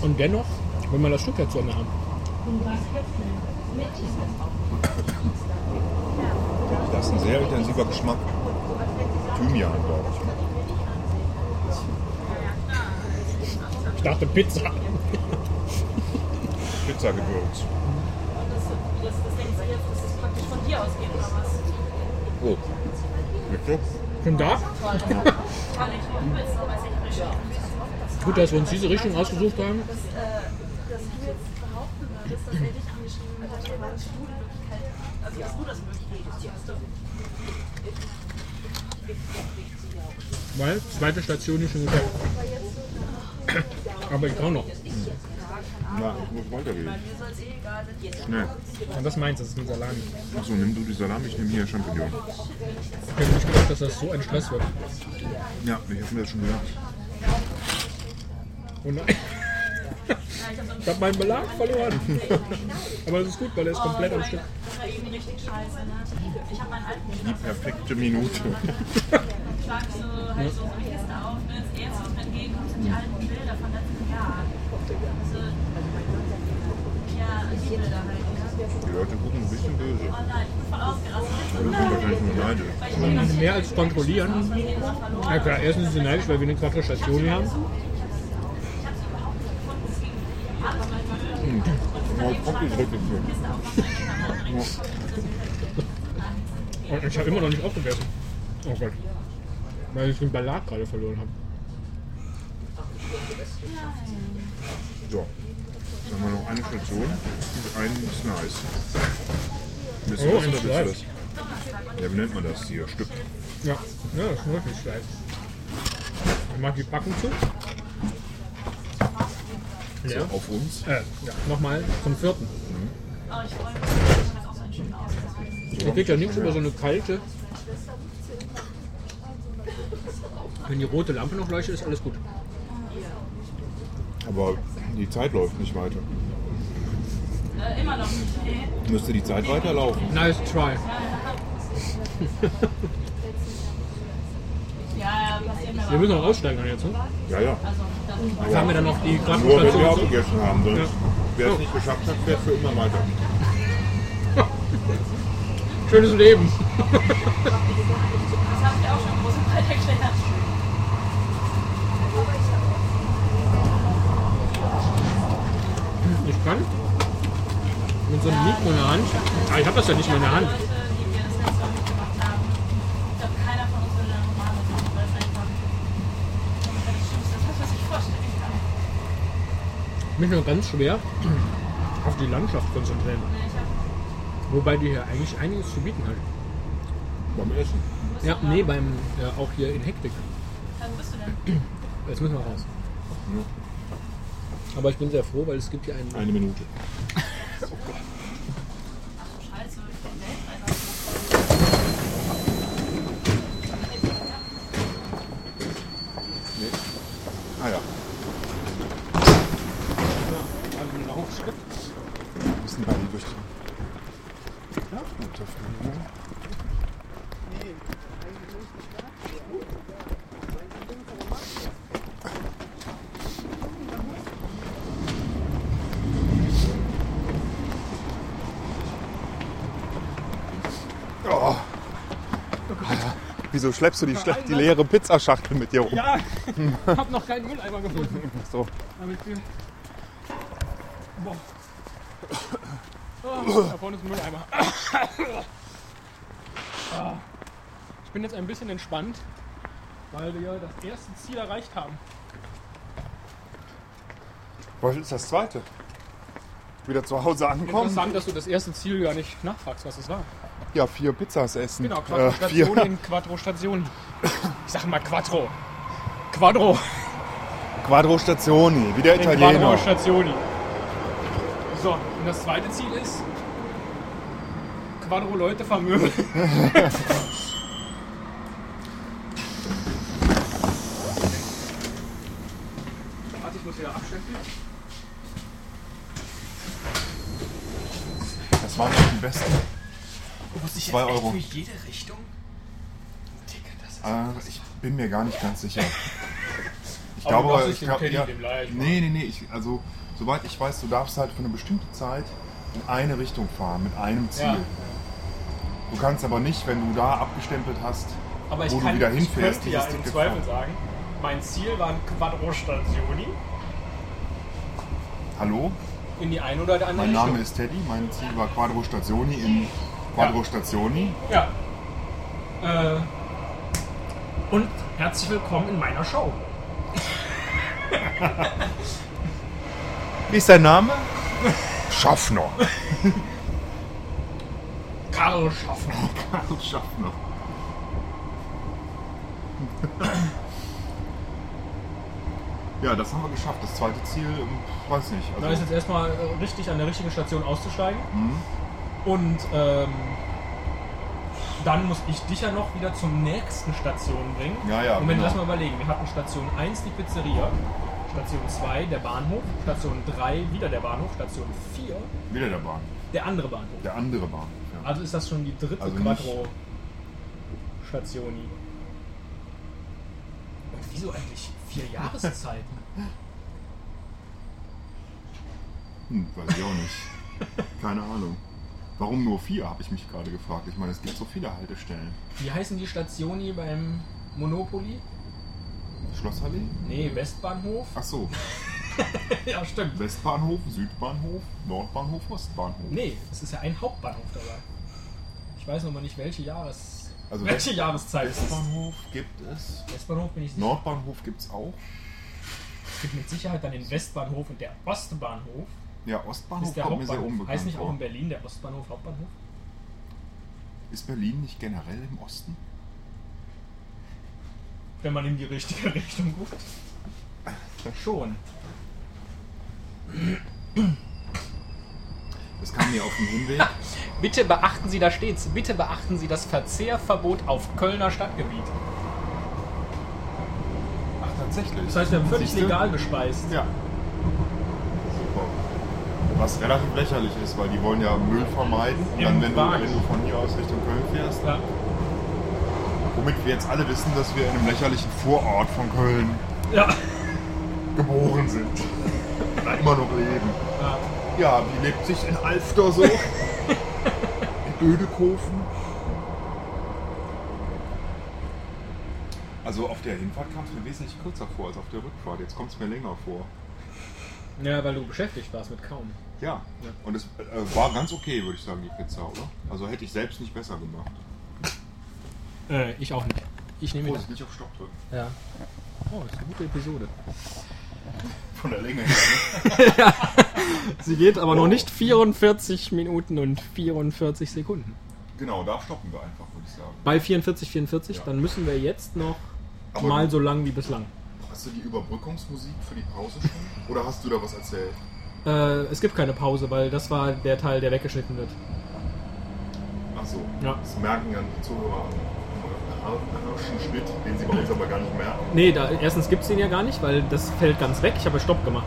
[SPEAKER 2] Und dennoch, wenn man das Stück jetzt so nah haben.
[SPEAKER 1] Das ist ein sehr intensiver Geschmack. Thymian, glaube ich.
[SPEAKER 2] Ich dachte Pizza.
[SPEAKER 1] Pizzagewürz.
[SPEAKER 5] Das, das denkst du jetzt, dass es praktisch von dir ausgeht oder was?
[SPEAKER 1] Oh. Wirklich?
[SPEAKER 2] Schon da?
[SPEAKER 5] Kann ich nicht wissen, weiß ich nicht.
[SPEAKER 2] Gut, dass wir uns diese Richtung ausgesucht haben.
[SPEAKER 5] äh, Dass du jetzt behaupten würdest, dass er dich angeschrieben hat, weil du die Möglichkeit, also dass du das Möglichkeit hast.
[SPEAKER 2] Weil zweite Station ist schon gesagt. Aber ich kann noch.
[SPEAKER 1] Na, ich muss weitergehen. Schnell.
[SPEAKER 2] Und das meinst du, das ist mit Salami.
[SPEAKER 1] Achso, nimm du die Salami, ich nehme hier Champignon.
[SPEAKER 2] Ich hätte nicht gedacht, dass das so ein Stress wird.
[SPEAKER 1] Ja, ich habe mir das schon gedacht.
[SPEAKER 2] Oh nein. Ich habe meinen Belag verloren. Aber es ist gut, weil er ist komplett am Stück.
[SPEAKER 5] Oh, Das war eben richtig scheiße. Ne? Ich habe meinen alten
[SPEAKER 1] Die perfekte Minute.
[SPEAKER 5] Schlag so halt so eine Kiste auf, ne? jetzt kommt entgegen, kommen sind die alten Bilder von letzten Jahr. Also, ja, die Bilder halt. Ne?
[SPEAKER 1] Die Leute gucken ein bisschen böse.
[SPEAKER 5] Oh nein, ich bin voll ausgerastet.
[SPEAKER 1] Die sind wahrscheinlich nur neidisch.
[SPEAKER 2] Mehr als kontrollieren. Ja klar, erstens sind sie neidisch, weil wir eine quattro Station haben.
[SPEAKER 1] Mal Kopfgedrücke für.
[SPEAKER 2] Und ich habe immer noch nicht aufgegessen. Oh Gott. Weil ich den Belag gerade verloren habe.
[SPEAKER 1] So. Dann haben wir noch eine Station und einen Slice. Bist du
[SPEAKER 2] Oh,
[SPEAKER 1] das
[SPEAKER 2] ein
[SPEAKER 1] oder bist
[SPEAKER 2] Slice.
[SPEAKER 1] du das? Ja, wie nennt man das hier? Stück.
[SPEAKER 2] Ja, ja das ist wirklich schlecht. Ich mach die Packung zu.
[SPEAKER 1] So,
[SPEAKER 2] Ja.
[SPEAKER 1] auf uns.
[SPEAKER 2] Äh, ja, nochmal zum vierten.
[SPEAKER 5] Oh, ich freue mich. Ich habe auch so einen schönen Ausdruck.
[SPEAKER 2] Da geht ja nichts über so eine kalte. Wenn die rote Lampe noch leuchtet, ist alles gut.
[SPEAKER 1] Aber die Zeit läuft nicht weiter.
[SPEAKER 5] Äh, immer noch nicht. Nee.
[SPEAKER 1] Müsste die Zeit weiterlaufen.
[SPEAKER 2] Nice try.
[SPEAKER 5] Ja, ja, passiert mir
[SPEAKER 2] Wir
[SPEAKER 5] was.
[SPEAKER 2] müssen noch aussteigen jetzt, ne?
[SPEAKER 1] Ja, ja.
[SPEAKER 5] Also, das ist
[SPEAKER 2] Jetzt haben wir dann noch die
[SPEAKER 1] Nur wenn wir
[SPEAKER 2] Krankenstation.
[SPEAKER 1] aufgegessen haben, sonst
[SPEAKER 2] Also Ja.
[SPEAKER 1] wer es nicht geschafft hat, fährt für immer weiter.
[SPEAKER 2] Schönes Leben.
[SPEAKER 5] Das habt ihr auch schon großen Teil erklärt.
[SPEAKER 2] Ich kann mit so einem Mikro in der Hand. Ah, ich habe das ja nicht mal in der Hand.
[SPEAKER 5] Leute, die wir das letzte Mal mitgemacht haben, ich glaube, keiner von uns würde da normal machen, weil es einfach das Schlimmste ist, was ich vorstellen kann.
[SPEAKER 2] Mich nur ganz schwer auf die Landschaft konzentrieren.
[SPEAKER 5] Ich hab,
[SPEAKER 2] Wobei die hier eigentlich einiges zu bieten hat.
[SPEAKER 1] Beim Essen.
[SPEAKER 2] Ja, nee, beim ja, auch hier in Hektik.
[SPEAKER 5] wo bist du denn?
[SPEAKER 2] Jetzt müssen wir raus. Aber ich bin sehr froh, weil es gibt hier einen
[SPEAKER 1] Eine Minute.
[SPEAKER 5] Scheiße, ich bin
[SPEAKER 1] Ah ja. Wir müssen beide durch. Ja, gut, das Oh. Alter, Wieso schleppst du die, schle- die leere Pizzaschachtel mit dir rum?
[SPEAKER 3] Ja, ich hab noch keinen Mülleimer gefunden.
[SPEAKER 1] So.
[SPEAKER 3] Aber ich bin. Boah. Oh, da vorne ist ein Mülleimer. Ah. Ich bin jetzt ein bisschen entspannt, weil wir das erste Ziel erreicht haben.
[SPEAKER 1] Was ist das zweite?
[SPEAKER 3] wieder zu Hause ankommen.
[SPEAKER 2] Interessant, dass du das erste Ziel gar nicht nachfragst, was es war.
[SPEAKER 3] Ja, vier Pizzas essen.
[SPEAKER 2] Genau, Quattro
[SPEAKER 3] Äh,
[SPEAKER 2] Stationen
[SPEAKER 3] vier
[SPEAKER 2] in Quattro Stationen. Ich sag mal Quattro. Quadro.
[SPEAKER 3] Quattro Stationi, wie der
[SPEAKER 2] In
[SPEAKER 3] Italiener.
[SPEAKER 2] Quattro Stationen. So, und das zweite Ziel ist Quadro Leute vermögen. Warte, ich muss wieder abschätzen.
[SPEAKER 3] Das waren doch die besten.
[SPEAKER 2] Muss ich
[SPEAKER 3] Zwei Euro.
[SPEAKER 2] für jede Richtung? Digga, das ist
[SPEAKER 3] Äh, ich bin mir gar nicht ganz sicher. Ich
[SPEAKER 2] Aber du darfst
[SPEAKER 3] glaube,
[SPEAKER 2] nicht
[SPEAKER 3] ich
[SPEAKER 2] den
[SPEAKER 3] glaub,
[SPEAKER 2] Penny,
[SPEAKER 3] ja,
[SPEAKER 2] den Leih,
[SPEAKER 3] nee, nee, nee. Ich, also, soweit ich weiß, du darfst halt für eine bestimmte Zeit in eine Richtung fahren, mit einem Ziel.
[SPEAKER 2] Ja.
[SPEAKER 3] Du kannst aber nicht, wenn du da abgestempelt hast,
[SPEAKER 2] Aber ich
[SPEAKER 3] wo
[SPEAKER 2] kann
[SPEAKER 3] du wieder
[SPEAKER 2] ich
[SPEAKER 3] hinfährst,
[SPEAKER 2] könnte ja im
[SPEAKER 3] Ticket
[SPEAKER 2] Zweifel
[SPEAKER 3] fahren.
[SPEAKER 2] sagen, mein Ziel waren Quadro Stationi
[SPEAKER 3] Hallo,
[SPEAKER 2] in die eine oder andere
[SPEAKER 3] mein
[SPEAKER 2] Richtung.
[SPEAKER 3] Name ist Teddy, mein Ziel war Quadro Stationi in Quadro
[SPEAKER 2] Ja.
[SPEAKER 3] Stationi.
[SPEAKER 2] Ja. Äh, und herzlich willkommen in meiner Show.
[SPEAKER 3] Wie ist dein Name? Schaffner.
[SPEAKER 2] Karl Schaffner.
[SPEAKER 3] Karl Schaffner. ja, das haben wir geschafft. Das zweite Ziel, ähm, weiß nicht.
[SPEAKER 2] Da ist
[SPEAKER 3] Also,
[SPEAKER 2] jetzt erstmal äh, richtig an der richtigen Station auszusteigen.
[SPEAKER 3] Mhm.
[SPEAKER 2] Und ähm, dann muss ich dich ja noch wieder zur nächsten Station bringen.
[SPEAKER 3] Ja, ja,
[SPEAKER 2] Und wenn
[SPEAKER 3] genau.
[SPEAKER 2] wir das mal überlegen, wir hatten Station 1 die Pizzeria, Station 2 der Bahnhof, Station 3 wieder der Bahnhof, Station 4
[SPEAKER 3] wieder der Bahn.
[SPEAKER 2] der andere Bahnhof.
[SPEAKER 3] Der andere Bahn. Ja.
[SPEAKER 2] Also ist das schon die dritte
[SPEAKER 3] Also nicht-
[SPEAKER 2] Quattro-Stationi. Und wieso eigentlich vier Jahreszeiten?
[SPEAKER 3] Hm, weiß ich auch nicht. Keine Ahnung. Warum nur vier, habe ich mich gerade gefragt. Ich meine, es gibt so viele Haltestellen.
[SPEAKER 2] Wie heißen die Stationi beim Monopoly?
[SPEAKER 3] Schlossallee?
[SPEAKER 2] Nee, Westbahnhof.
[SPEAKER 3] Ach so.
[SPEAKER 2] ja, stimmt.
[SPEAKER 3] Westbahnhof, Südbahnhof, Nordbahnhof, Ostbahnhof.
[SPEAKER 2] Nee, es ist ja ein Hauptbahnhof dabei. Ich weiß noch mal nicht, welche Jahres.
[SPEAKER 3] Also
[SPEAKER 2] welche
[SPEAKER 3] West-
[SPEAKER 2] Jahreszeit es ist.
[SPEAKER 3] Westbahnhof gibt es.
[SPEAKER 2] Westbahnhof bin ich sicher.
[SPEAKER 3] Nordbahnhof gibt es auch.
[SPEAKER 2] Es gibt mit Sicherheit dann den Westbahnhof und der Ostbahnhof.
[SPEAKER 3] Ja, Ostbahnhof
[SPEAKER 2] Ist der
[SPEAKER 3] Oh, kommt mir sehr
[SPEAKER 2] Hauptbahnhof.
[SPEAKER 3] unbekannt
[SPEAKER 2] Heißt nicht
[SPEAKER 3] vor.
[SPEAKER 2] auch in Berlin der Ostbahnhof Hauptbahnhof?
[SPEAKER 3] Ist Berlin nicht generell im Osten?
[SPEAKER 2] Wenn man in die richtige Richtung guckt. Schon.
[SPEAKER 3] Das kam mir auf dem Hinweg.
[SPEAKER 2] Bitte beachten Sie da stets, bitte beachten Sie das Verzehrverbot auf Kölner Stadtgebiet.
[SPEAKER 3] Ach, tatsächlich.
[SPEAKER 2] Das heißt, wir haben völlig
[SPEAKER 3] Siehste?
[SPEAKER 2] legal gespeist.
[SPEAKER 3] Ja. Super. Was relativ lächerlich ist, weil die wollen ja Müll vermeiden. Und
[SPEAKER 2] Im
[SPEAKER 3] dann, wenn du,
[SPEAKER 2] Wagen.
[SPEAKER 3] wenn du von hier aus Richtung Köln fährst.
[SPEAKER 2] Ja.
[SPEAKER 3] Womit wir jetzt alle wissen, dass wir in einem lächerlichen Vorort von Köln
[SPEAKER 2] ja.
[SPEAKER 3] geboren sind. Da immer noch leben.
[SPEAKER 2] ja.
[SPEAKER 3] Ja, wie lebt sich in Alfter so? in Ödekofen? Also auf der Hinfahrt kam es mir wesentlich kürzer vor als auf der Rückfahrt. Jetzt kommt es mir länger vor.
[SPEAKER 2] Ja, weil du beschäftigt warst mit kaum.
[SPEAKER 3] Ja,
[SPEAKER 2] Ja.
[SPEAKER 3] und es äh, war ganz okay, würde ich sagen, die Pizza, oder? Also hätte ich selbst nicht besser gemacht.
[SPEAKER 2] Äh, ich auch nicht. Ich nehme
[SPEAKER 3] Muss nicht auf Stopp drücken.
[SPEAKER 2] das. Ja. Oh, ist eine gute Episode.
[SPEAKER 3] Von der Länge her. ne?
[SPEAKER 2] Sie geht aber noch nicht 44 Minuten und 44 Sekunden.
[SPEAKER 3] Ne? Genau, da stoppen wir einfach, würde ich sagen.
[SPEAKER 2] Bei 44, 44,
[SPEAKER 3] Ja.
[SPEAKER 2] dann müssen wir jetzt noch
[SPEAKER 3] Aber
[SPEAKER 2] mal
[SPEAKER 3] du-
[SPEAKER 2] so lang wie bislang.
[SPEAKER 3] Hast du die Überbrückungsmusik für die Pause schon? Oder hast du da was erzählt?
[SPEAKER 2] Äh, es gibt keine Pause, weil das war der Teil, der weggeschnitten wird.
[SPEAKER 3] Ach so.
[SPEAKER 2] Ja.
[SPEAKER 3] Das merken dann die Zuhörer an am harschen Schnitt, den sie bei uns aber gar nicht merken.
[SPEAKER 2] Nee, da, erstens gibt es den ja gar nicht, weil das fällt ganz weg. Ich habe ja Stopp gemacht.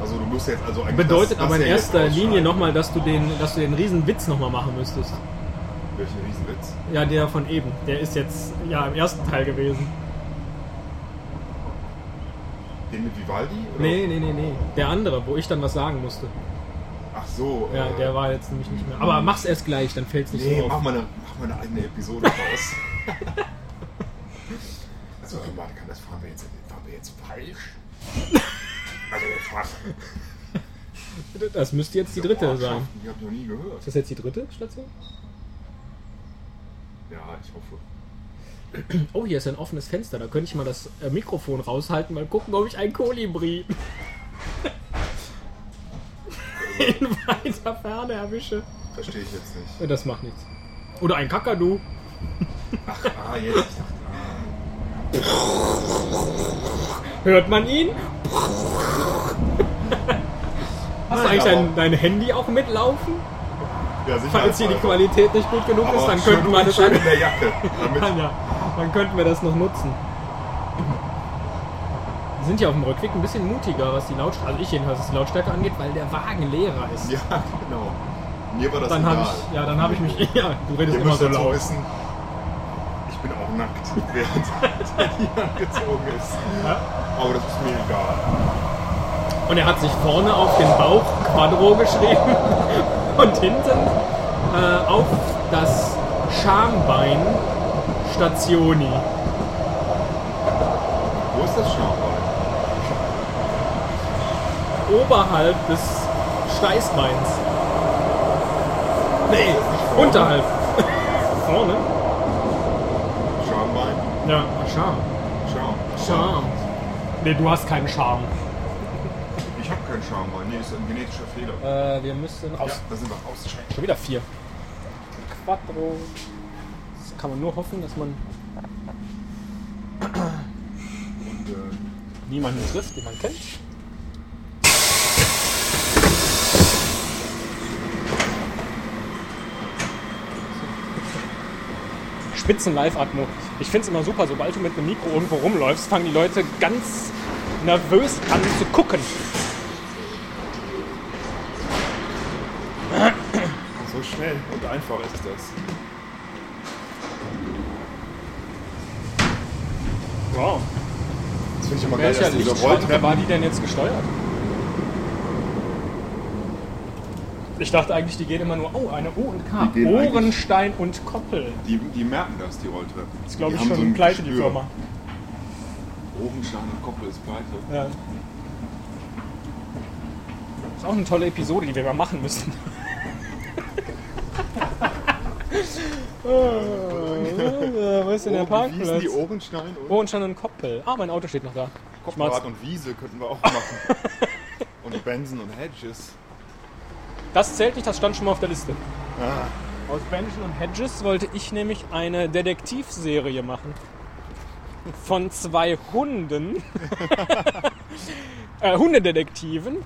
[SPEAKER 3] Also du musst jetzt also eigentlich
[SPEAKER 2] Bedeutet
[SPEAKER 3] das, das
[SPEAKER 2] aber in
[SPEAKER 3] ja jetzt
[SPEAKER 2] erster Linie
[SPEAKER 3] rausschneiden.
[SPEAKER 2] nochmal, dass du den, dass du den riesen Witz nochmal machen müsstest.
[SPEAKER 3] Welchen Riesenwitz.
[SPEAKER 2] Ja, der von eben. Der ist jetzt ja im ersten Teil gewesen.
[SPEAKER 3] Den mit Vivaldi? Oder?
[SPEAKER 2] Nee, nee, nee, nee. Der andere, wo ich dann was sagen musste.
[SPEAKER 3] Ach so.
[SPEAKER 2] Ja,
[SPEAKER 3] äh,
[SPEAKER 2] der war jetzt nämlich nicht mehr. Aber mach's erst gleich, dann fällt's nicht
[SPEAKER 3] Nee,
[SPEAKER 2] so
[SPEAKER 3] mach
[SPEAKER 2] auf.
[SPEAKER 3] mal, eine, mach mal eine eigene Episode raus. also, okay. warte, kann das fahren wir jetzt, fahren wir jetzt falsch? Also, wir fahren.
[SPEAKER 2] Das müsste jetzt die
[SPEAKER 3] oh,
[SPEAKER 2] dritte sein.
[SPEAKER 3] Ortschaften, Die hab ich noch nie gehört.
[SPEAKER 2] Ist das jetzt die dritte Station?
[SPEAKER 3] Ja, ich hoffe.
[SPEAKER 2] Oh, hier ist ein offenes Fenster. Da könnte ich mal das äh, Mikrofon raushalten, mal gucken, ob ich ein Kolibri. in weiter Ferne erwische.
[SPEAKER 3] Verstehe ich jetzt nicht.
[SPEAKER 2] Ja, Das macht nichts. Oder ein Kakadu.
[SPEAKER 3] Ah, jetzt.
[SPEAKER 2] Hört man ihn? Hast du eigentlich
[SPEAKER 3] aber-
[SPEAKER 2] dein, dein Handy auch mitlaufen?
[SPEAKER 3] Ja, sicher. Also,
[SPEAKER 2] Falls hier die Qualität nicht gut genug ist, dann könnten wir das
[SPEAKER 3] schön
[SPEAKER 2] an
[SPEAKER 3] halt in der Jacke. Damit
[SPEAKER 2] ja, dann könnten wir das noch nutzen. Wir sind ja auf dem Rückweg ein bisschen mutiger, was die Lautstärke, also ich jedenfalls, was die Lautstärke angeht, weil der Wagen leerer ist.
[SPEAKER 3] ja, genau. Mir war das
[SPEAKER 2] dann habe
[SPEAKER 3] egal.
[SPEAKER 2] ich, ja, dann habe ich mich, ja, du redest
[SPEAKER 3] Ihr
[SPEAKER 2] immer
[SPEAKER 3] müsst
[SPEAKER 2] so
[SPEAKER 3] dazu
[SPEAKER 2] laut.
[SPEAKER 3] wissen, ich bin auch nackt, während der hier angezogen ist. Aber das ist mir egal.
[SPEAKER 2] Und er hat sich vorne auf den Bauch Quadro geschrieben und hinten äh, auf das Schambein Stationi.
[SPEAKER 3] Wo ist das Schnabel?
[SPEAKER 2] Oberhalb des Steißbeins. Nee, unterhalb. vorne?
[SPEAKER 3] Schambein?
[SPEAKER 2] Ja, Scham.
[SPEAKER 3] Scham.
[SPEAKER 2] Scham. Nee, du hast keinen Charme.
[SPEAKER 3] Ich habe keinen Schambein. Nee, ist ein genetischer Fehler.
[SPEAKER 2] Äh, wir müssen
[SPEAKER 3] Ja, da sind wir ausschalten.
[SPEAKER 2] Schon wieder vier. Quattro. Das kann man nur hoffen, dass man
[SPEAKER 3] Und äh,
[SPEAKER 2] niemanden trifft, den man kennt. Spitzen Live-Atmo. Ich finde es immer super, sobald du mit einem Mikro irgendwo rumläufst, fangen die Leute ganz nervös an zu gucken.
[SPEAKER 3] so schnell und einfach ist das.
[SPEAKER 2] Wow.
[SPEAKER 3] Das finde ich immer geil,
[SPEAKER 2] Welcher
[SPEAKER 3] dass diese
[SPEAKER 2] Lichtschranke
[SPEAKER 3] Rolltreppen
[SPEAKER 2] war die denn jetzt gesteuert? Ich dachte eigentlich, die gehen immer nur, oh, eine O und K.
[SPEAKER 3] Die gehen eigentlich-
[SPEAKER 2] Ohrenstein und Koppel.
[SPEAKER 3] Die, die merken das, die Rolltreppen.
[SPEAKER 2] Das ist, glaube
[SPEAKER 3] Die
[SPEAKER 2] ich,
[SPEAKER 3] haben
[SPEAKER 2] schon
[SPEAKER 3] so ein
[SPEAKER 2] pleite, die
[SPEAKER 3] Gespür.
[SPEAKER 2] Firma.
[SPEAKER 3] Ohrenstein und Koppel ist pleite.
[SPEAKER 2] Ja. Ist auch eine tolle Episode, die wir mal machen müssen. Äh, Wo ist denn der
[SPEAKER 3] Oh, Wie hießen
[SPEAKER 2] Parkplatz?
[SPEAKER 3] die Ohrenstein und
[SPEAKER 2] Ohrenstein und Koppel. Ah, mein Auto steht noch da. Ich mag's.
[SPEAKER 3] Kopfrad und Wiese könnten wir auch machen. und Benson und Hedges.
[SPEAKER 2] Das zählt nicht, das stand schon mal auf der Liste. Ah. Aus Benson und Hedges wollte ich nämlich eine Detektivserie machen. Von zwei Hunden. äh, Hundedetektiven.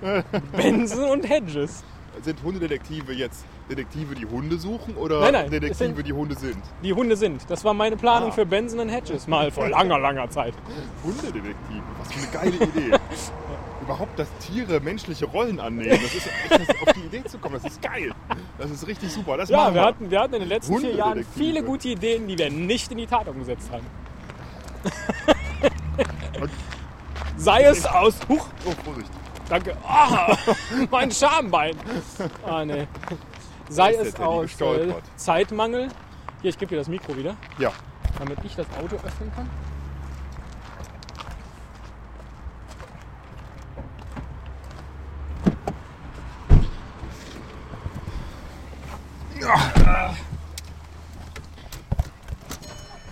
[SPEAKER 2] Benson und Hedges.
[SPEAKER 3] Sind Hundedetektive jetzt Detektive, die Hunde suchen oder
[SPEAKER 2] Nein, nein, es
[SPEAKER 3] Detektive,
[SPEAKER 2] sind-
[SPEAKER 3] die Hunde sind?
[SPEAKER 2] Die Hunde sind. Das war meine Planung für Benson und Hedges. Mal vor langer, langer Zeit.
[SPEAKER 3] Hundedetektive, was für eine geile Idee. Überhaupt, dass Tiere menschliche Rollen annehmen, das ist echt, das auf die Idee zu kommen, das ist geil. Das ist richtig super. Das
[SPEAKER 2] Ja,
[SPEAKER 3] machen
[SPEAKER 2] wir hatten, wir hatten in den letzten vier Jahren
[SPEAKER 3] Hundedetektive.
[SPEAKER 2] viele gute Ideen, die wir nicht in die Tat umgesetzt haben. Sei es aus... Huch,
[SPEAKER 3] Oh, Vorsicht.
[SPEAKER 2] Danke. Ah, mein Schambein. Ah, nee. Sei
[SPEAKER 3] Ist der
[SPEAKER 2] es
[SPEAKER 3] Teddy
[SPEAKER 2] aus äh,
[SPEAKER 3] gestolpert?
[SPEAKER 2] Zeitmangel. Hier, ich gebe dir das Mikro wieder,
[SPEAKER 3] Ja,
[SPEAKER 2] damit ich das Auto öffnen kann.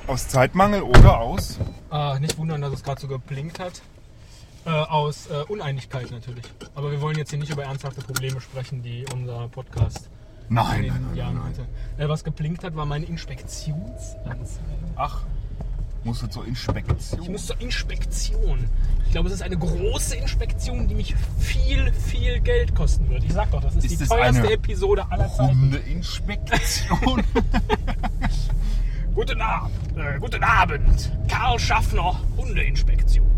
[SPEAKER 3] aus Zeitmangel oder aus?
[SPEAKER 2] Ah, nicht wundern, dass es gerade so geblinkt hat. Äh, aus äh, Uneinigkeit natürlich. Aber wir wollen jetzt hier nicht über ernsthafte Probleme sprechen, die unser Podcast
[SPEAKER 3] Nein,
[SPEAKER 2] in
[SPEAKER 3] nein,
[SPEAKER 2] den
[SPEAKER 3] nein,
[SPEAKER 2] Jahren
[SPEAKER 3] nein, nein.
[SPEAKER 2] hatte. Äh, was geblinkt hat, war meine Inspektionsanzeige.
[SPEAKER 3] Ach, musst du zur
[SPEAKER 2] Ich
[SPEAKER 3] Inspektion.
[SPEAKER 2] muss zur Inspektion. Ich glaube, es ist eine große Inspektion, die mich viel, viel Geld kosten wird. Ich sag doch, das ist,
[SPEAKER 3] Ist
[SPEAKER 2] die
[SPEAKER 3] es
[SPEAKER 2] teuerste
[SPEAKER 3] eine
[SPEAKER 2] Episode aller Zeiten.
[SPEAKER 3] Hundeinspektion.
[SPEAKER 2] Guten Abend. Äh, guten Abend. Karl Schaffner, Hundeinspektion.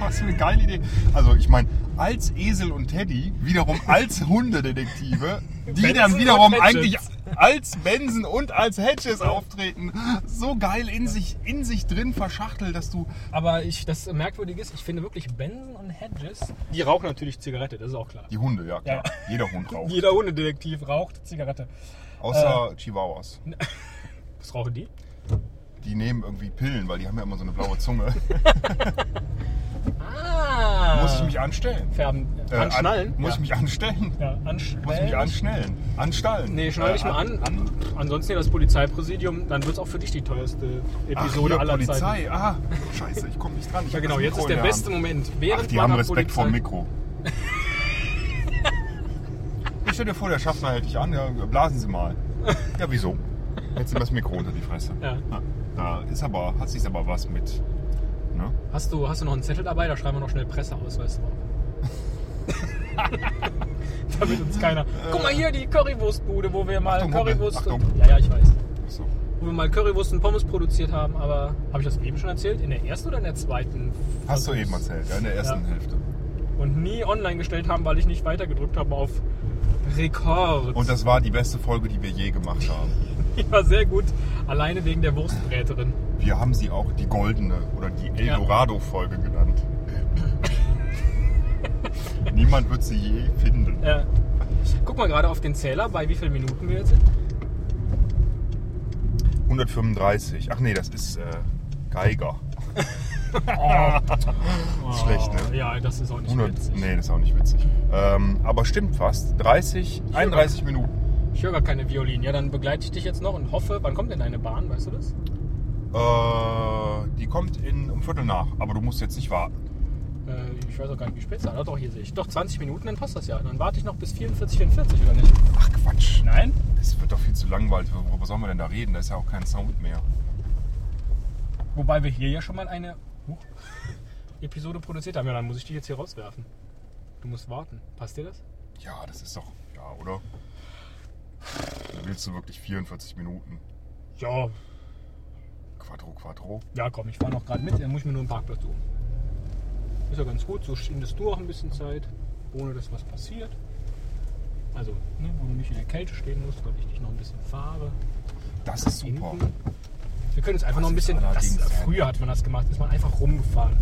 [SPEAKER 3] Was für eine geile Idee. Also ich meine, als Esel und Teddy, wiederum als Hundedetektive, die
[SPEAKER 2] Benson
[SPEAKER 3] dann wiederum
[SPEAKER 2] und Hedges.
[SPEAKER 3] eigentlich als Benson und als Hedges auftreten. So geil in sich, in sich drin verschachtelt, dass du...
[SPEAKER 2] Aber ich, das Merkwürdige ist, ich finde wirklich Benson und Hedges. Die rauchen natürlich Zigarette, das ist auch klar.
[SPEAKER 3] Die Hunde, ja klar.
[SPEAKER 2] Ja.
[SPEAKER 3] Jeder Hund raucht.
[SPEAKER 2] Jeder Hundedetektiv raucht Zigarette. äh.
[SPEAKER 3] Außer Chihuahuas.
[SPEAKER 2] Was rauchen die?
[SPEAKER 3] Die nehmen irgendwie Pillen, weil die haben ja immer so eine blaue Zunge.
[SPEAKER 2] Ah.
[SPEAKER 3] Muss ich mich anstellen?
[SPEAKER 2] färben?
[SPEAKER 3] Äh,
[SPEAKER 2] anschnallen?
[SPEAKER 3] An, muss
[SPEAKER 2] ja.
[SPEAKER 3] ich mich anstellen?
[SPEAKER 2] ja, anschnallen.
[SPEAKER 3] Muss ich mich anschnellen? Anstallen?
[SPEAKER 2] Nee, schnall dich
[SPEAKER 3] Äh,
[SPEAKER 2] mal an. Ansonsten hier das Polizeipräsidium, dann wird es auch für dich die teuerste
[SPEAKER 3] Ach,
[SPEAKER 2] Episode
[SPEAKER 3] hier,
[SPEAKER 2] aller Zeiten.
[SPEAKER 3] Polizei. Ah, scheiße, ich komme nicht dran. Ich
[SPEAKER 2] Ja
[SPEAKER 3] hab
[SPEAKER 2] genau,
[SPEAKER 3] das
[SPEAKER 2] jetzt
[SPEAKER 3] Mikro
[SPEAKER 2] ist
[SPEAKER 3] in
[SPEAKER 2] der
[SPEAKER 3] Hand.
[SPEAKER 2] beste Moment. Während
[SPEAKER 3] Ach, die
[SPEAKER 2] man
[SPEAKER 3] haben
[SPEAKER 2] am
[SPEAKER 3] Respekt
[SPEAKER 2] Polizei-
[SPEAKER 3] vor dem Mikro. stell dir vor, der Schaffner hält dich an, ja, blasen Sie mal. Ja, wieso? Hättest du das Mikro unter die Fresse.
[SPEAKER 2] Ja.
[SPEAKER 3] da ist aber, hat sich aber was mit. Ne?
[SPEAKER 2] Hast du, hast du noch einen Zettel dabei? Da schreiben wir noch schnell Presseausweis drauf. Damit uns keiner. Guck mal hier die Currywurstbude, wo wir mal
[SPEAKER 3] Achtung, Huppe,
[SPEAKER 2] Currywurst.
[SPEAKER 3] Achtung.
[SPEAKER 2] Und, ja, ja, ich weiß.
[SPEAKER 3] So.
[SPEAKER 2] Wo wir mal Currywurst und Pommes produziert haben, aber habe ich das eben schon erzählt? In der ersten oder in der zweiten?
[SPEAKER 3] Hast du
[SPEAKER 2] Versuchs-
[SPEAKER 3] eben erzählt, ja, in der ersten
[SPEAKER 2] Ja.
[SPEAKER 3] Hälfte.
[SPEAKER 2] Und nie online gestellt haben, weil ich nicht weitergedrückt habe auf Rekord.
[SPEAKER 3] Und das war die beste Folge, die wir je gemacht haben.
[SPEAKER 2] Die war sehr gut. Alleine wegen der Wurstbräterin.
[SPEAKER 3] Wir haben sie auch die goldene oder die Eldorado-Folge genannt. Niemand wird sie je finden.
[SPEAKER 2] Ja. Äh, Guck mal gerade auf den Zähler, bei wie vielen Minuten wir jetzt sind.
[SPEAKER 3] 135. Ach nee, das ist äh, Geiger. Oh. Ist schlecht, ne?
[SPEAKER 2] Ja, das Oh. ist auch nicht
[SPEAKER 3] 100,
[SPEAKER 2] witzig.
[SPEAKER 3] nee, das ist auch nicht witzig. Ähm, aber stimmt fast. 30, 31 Minuten.
[SPEAKER 2] Ich höre gar keine Violinen. Ja, dann begleite ich dich jetzt noch und hoffe, wann kommt denn deine Bahn, weißt du das?
[SPEAKER 3] Äh, die kommt in, um Viertel nach, aber du musst jetzt nicht warten.
[SPEAKER 2] Äh, ich weiß auch gar nicht, wie spät es ist. Ah, Doch, hier sehe ich. Doch, 20 Minuten, dann passt das ja. Dann warte ich noch bis 44, 44 oder nicht?
[SPEAKER 3] Ach Quatsch.
[SPEAKER 2] Nein?
[SPEAKER 3] Es wird doch viel zu langweilig. Worüber sollen wir denn da reden? Da ist ja auch kein Sound mehr.
[SPEAKER 2] Wobei wir hier ja schon mal eine huch, Episode produziert haben. Ja, dann muss ich dich jetzt hier rauswerfen. Du musst warten. Passt dir das?
[SPEAKER 3] Ja, das ist doch. Ja, oder? Da willst du wirklich 44 Minuten.
[SPEAKER 2] Ja.
[SPEAKER 3] Quattro, Quattro.
[SPEAKER 2] Ja, komm, ich fahre noch gerade mit. Dann muss ich mir nur einen Parkplatz suchen. Ist ja ganz gut. So schindest du auch ein bisschen Zeit, ohne dass was passiert. Also, ne, wo du nicht in der Kälte stehen musst, weil ich dich noch ein bisschen fahre.
[SPEAKER 3] Das ist super.
[SPEAKER 2] Hinten. Wir können uns einfach
[SPEAKER 3] Das
[SPEAKER 2] noch ein
[SPEAKER 3] ist
[SPEAKER 2] bisschen. Das,
[SPEAKER 3] allerdings ein-
[SPEAKER 2] früher hat man das gemacht, ist man einfach rumgefahren.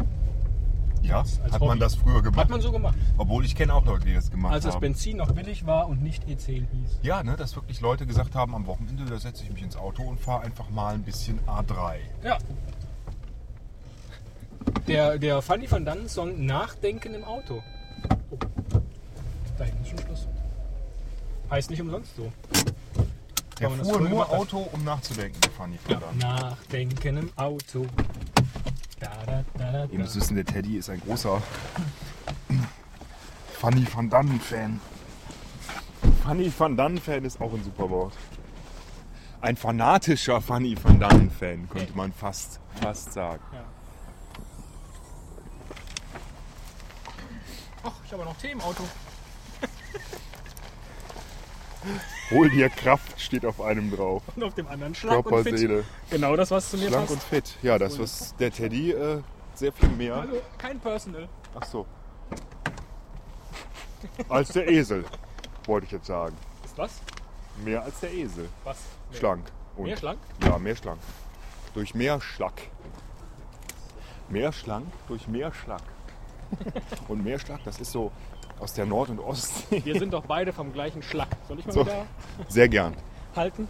[SPEAKER 3] Ja,
[SPEAKER 2] Als
[SPEAKER 3] hat
[SPEAKER 2] Hobby.
[SPEAKER 3] man das früher
[SPEAKER 2] Hat
[SPEAKER 3] gemacht?
[SPEAKER 2] man Also, so gemacht.
[SPEAKER 3] Obwohl ich kenne auch Leute, die das gemacht
[SPEAKER 2] Als das
[SPEAKER 3] haben.
[SPEAKER 2] Benzin noch billig war und nicht E10 hieß.
[SPEAKER 3] Ja, ne, dass wirklich Leute gesagt haben, am Wochenende, da setze ich mich ins Auto und fahre einfach mal ein bisschen A3.
[SPEAKER 2] Ja. Der, der Fanny van Dannen Song Nachdenken im Auto. Oh. Da hinten ist schon Schluss. Heißt nicht umsonst so.
[SPEAKER 3] Der
[SPEAKER 2] Kann man das
[SPEAKER 3] fuhr
[SPEAKER 2] früher
[SPEAKER 3] nur
[SPEAKER 2] gemacht hat?
[SPEAKER 3] Auto, um nachzudenken, der Fanny von Dann.
[SPEAKER 2] Nachdenken im Auto. Da, da, da, da,
[SPEAKER 3] Ihr müsst
[SPEAKER 2] da.
[SPEAKER 3] wissen, der Teddy ist ein großer Fanny van Dannen-Fan. Fanny van Dannen-Fan ist auch ein super Wort. Ein fanatischer Fanny van Dannen-Fan, könnte man fast, fast sagen.
[SPEAKER 2] Ach, ich habe noch Tee im Auto.
[SPEAKER 3] Hol dir Kraft, steht auf einem drauf.
[SPEAKER 2] Und auf dem anderen Schlag
[SPEAKER 3] Körper,
[SPEAKER 2] und fit.
[SPEAKER 3] Seele.
[SPEAKER 2] Genau das, was zu mir
[SPEAKER 3] Schlank und
[SPEAKER 2] passt.
[SPEAKER 3] fit. Ja, das was der Teddy äh, sehr viel mehr.
[SPEAKER 2] Also kein Personal.
[SPEAKER 3] Ach so. Als der Esel, wollte ich jetzt sagen.
[SPEAKER 2] Ist was?
[SPEAKER 3] Mehr als der Esel.
[SPEAKER 2] Was? Nee.
[SPEAKER 3] Schlank. Und
[SPEAKER 2] Mehr schlank?
[SPEAKER 3] Ja, mehr schlank. Durch mehr Schlack. Mehr schlank durch mehr Schlack. und mehr Schlack, das ist so aus der Nord- und Ostsee.
[SPEAKER 2] Wir sind doch beide vom gleichen Schlag. Soll ich mal
[SPEAKER 3] So.
[SPEAKER 2] wieder
[SPEAKER 3] Sehr gern.
[SPEAKER 2] halten?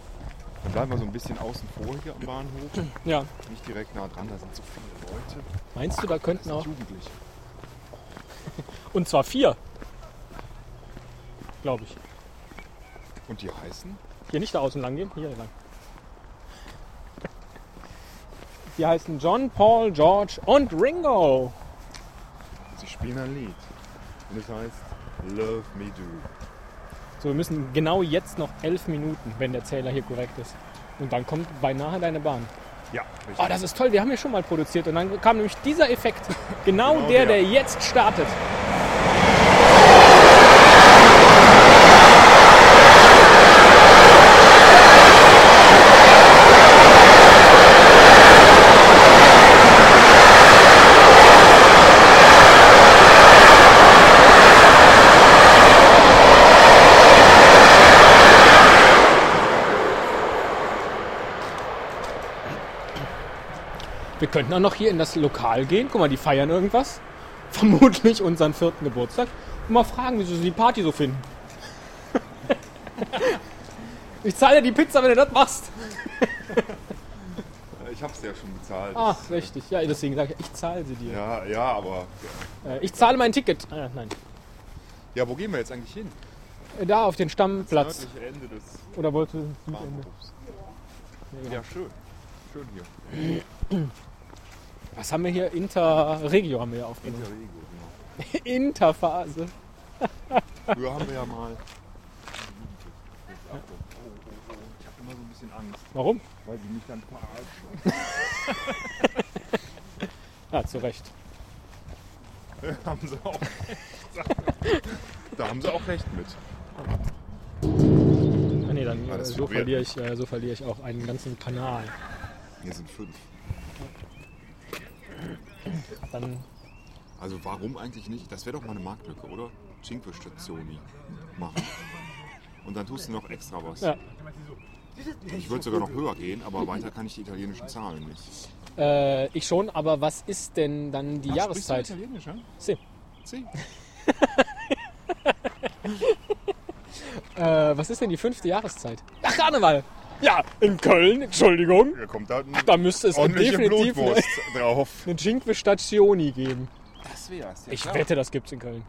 [SPEAKER 3] Dann bleiben wir so ein bisschen außen vor hier am Bahnhof.
[SPEAKER 2] Ja.
[SPEAKER 3] Nicht direkt nah dran, da sind so viele Leute.
[SPEAKER 2] Meinst du, da
[SPEAKER 3] Das
[SPEAKER 2] könnten
[SPEAKER 3] sind
[SPEAKER 2] auch.
[SPEAKER 3] Jugendliche.
[SPEAKER 2] Und zwar vier. Glaube ich.
[SPEAKER 3] Und die heißen?
[SPEAKER 2] Hier nicht da außen lang gehen, hier lang. Die heißen John, Paul, George und Ringo.
[SPEAKER 3] Sie spielen ein Lied. Und es heißt Love Me Do.
[SPEAKER 2] So, wir müssen genau jetzt noch elf Minuten, wenn der Zähler hier korrekt ist. Und dann kommt beinahe deine Bahn.
[SPEAKER 3] Ja,
[SPEAKER 2] Oh, das ist toll, wir haben hier schon mal produziert und dann kam nämlich dieser Effekt. Genau, der,
[SPEAKER 3] der.
[SPEAKER 2] der jetzt startet. Wir könnten auch noch hier in das Lokal gehen. Guck mal, die feiern irgendwas. Vermutlich unseren vierten Geburtstag. Und mal fragen, wieso sie die Party so finden. Ich zahle dir die Pizza, wenn du das machst.
[SPEAKER 3] ich hab's ja schon bezahlt.
[SPEAKER 2] Ach, Ah, richtig. Ja, deswegen sage ich, ich zahle sie dir.
[SPEAKER 3] Ja, ja, aber.
[SPEAKER 2] Äh, Ich zahle mein Ticket. Ah, nein.
[SPEAKER 3] Ja, wo gehen wir jetzt eigentlich hin?
[SPEAKER 2] Äh, Da auf den Stammplatz.
[SPEAKER 3] Nördliche Ende des
[SPEAKER 2] Oder wolltest du ins Südende?
[SPEAKER 3] Bahnhofs. Ja, schön. Schön hier.
[SPEAKER 2] Was haben wir hier? Interregio haben wir hier aufgenommen.
[SPEAKER 3] Interregio, genau.
[SPEAKER 2] Interphase.
[SPEAKER 3] Früher haben wir ja mal Ich habe immer so ein bisschen Angst,
[SPEAKER 2] Warum?
[SPEAKER 3] weil die mich dann verarschen.
[SPEAKER 2] Ja, Ah, zu Recht.
[SPEAKER 3] haben sie auch. da haben sie auch recht mit.
[SPEAKER 2] Ah, nee, dann äh,
[SPEAKER 3] das
[SPEAKER 2] so,
[SPEAKER 3] vibriert.
[SPEAKER 2] verliere ich, äh, so verliere ich auch einen ganzen Kanal.
[SPEAKER 6] Hier sind fünf.
[SPEAKER 2] Dann
[SPEAKER 6] Also warum eigentlich nicht? Das wäre doch mal eine Marktlücke, oder? Cinque Stationi machen. Und dann tust du noch extra was.
[SPEAKER 2] Ja.
[SPEAKER 6] Ich würde sogar noch höher gehen, aber weiter kann ich die italienischen Zahlen nicht.
[SPEAKER 2] äh, ich schon, aber was ist denn dann die Jahreszeit?
[SPEAKER 6] Italienisch, ja?
[SPEAKER 2] Si.
[SPEAKER 6] Si.
[SPEAKER 2] Äh, was ist denn die fünfte Jahreszeit? Ach, Karneval! Ja, in Köln, Entschuldigung.
[SPEAKER 3] Da kommt da ein
[SPEAKER 2] Da müsste es
[SPEAKER 3] ordentliche
[SPEAKER 2] definitiv eine,
[SPEAKER 3] Blutwurst drauf.
[SPEAKER 2] eine Cinque Stationi geben.
[SPEAKER 6] Das wär's. Ja,
[SPEAKER 2] Ich
[SPEAKER 6] klar.
[SPEAKER 2] wette, das gibt's in Köln.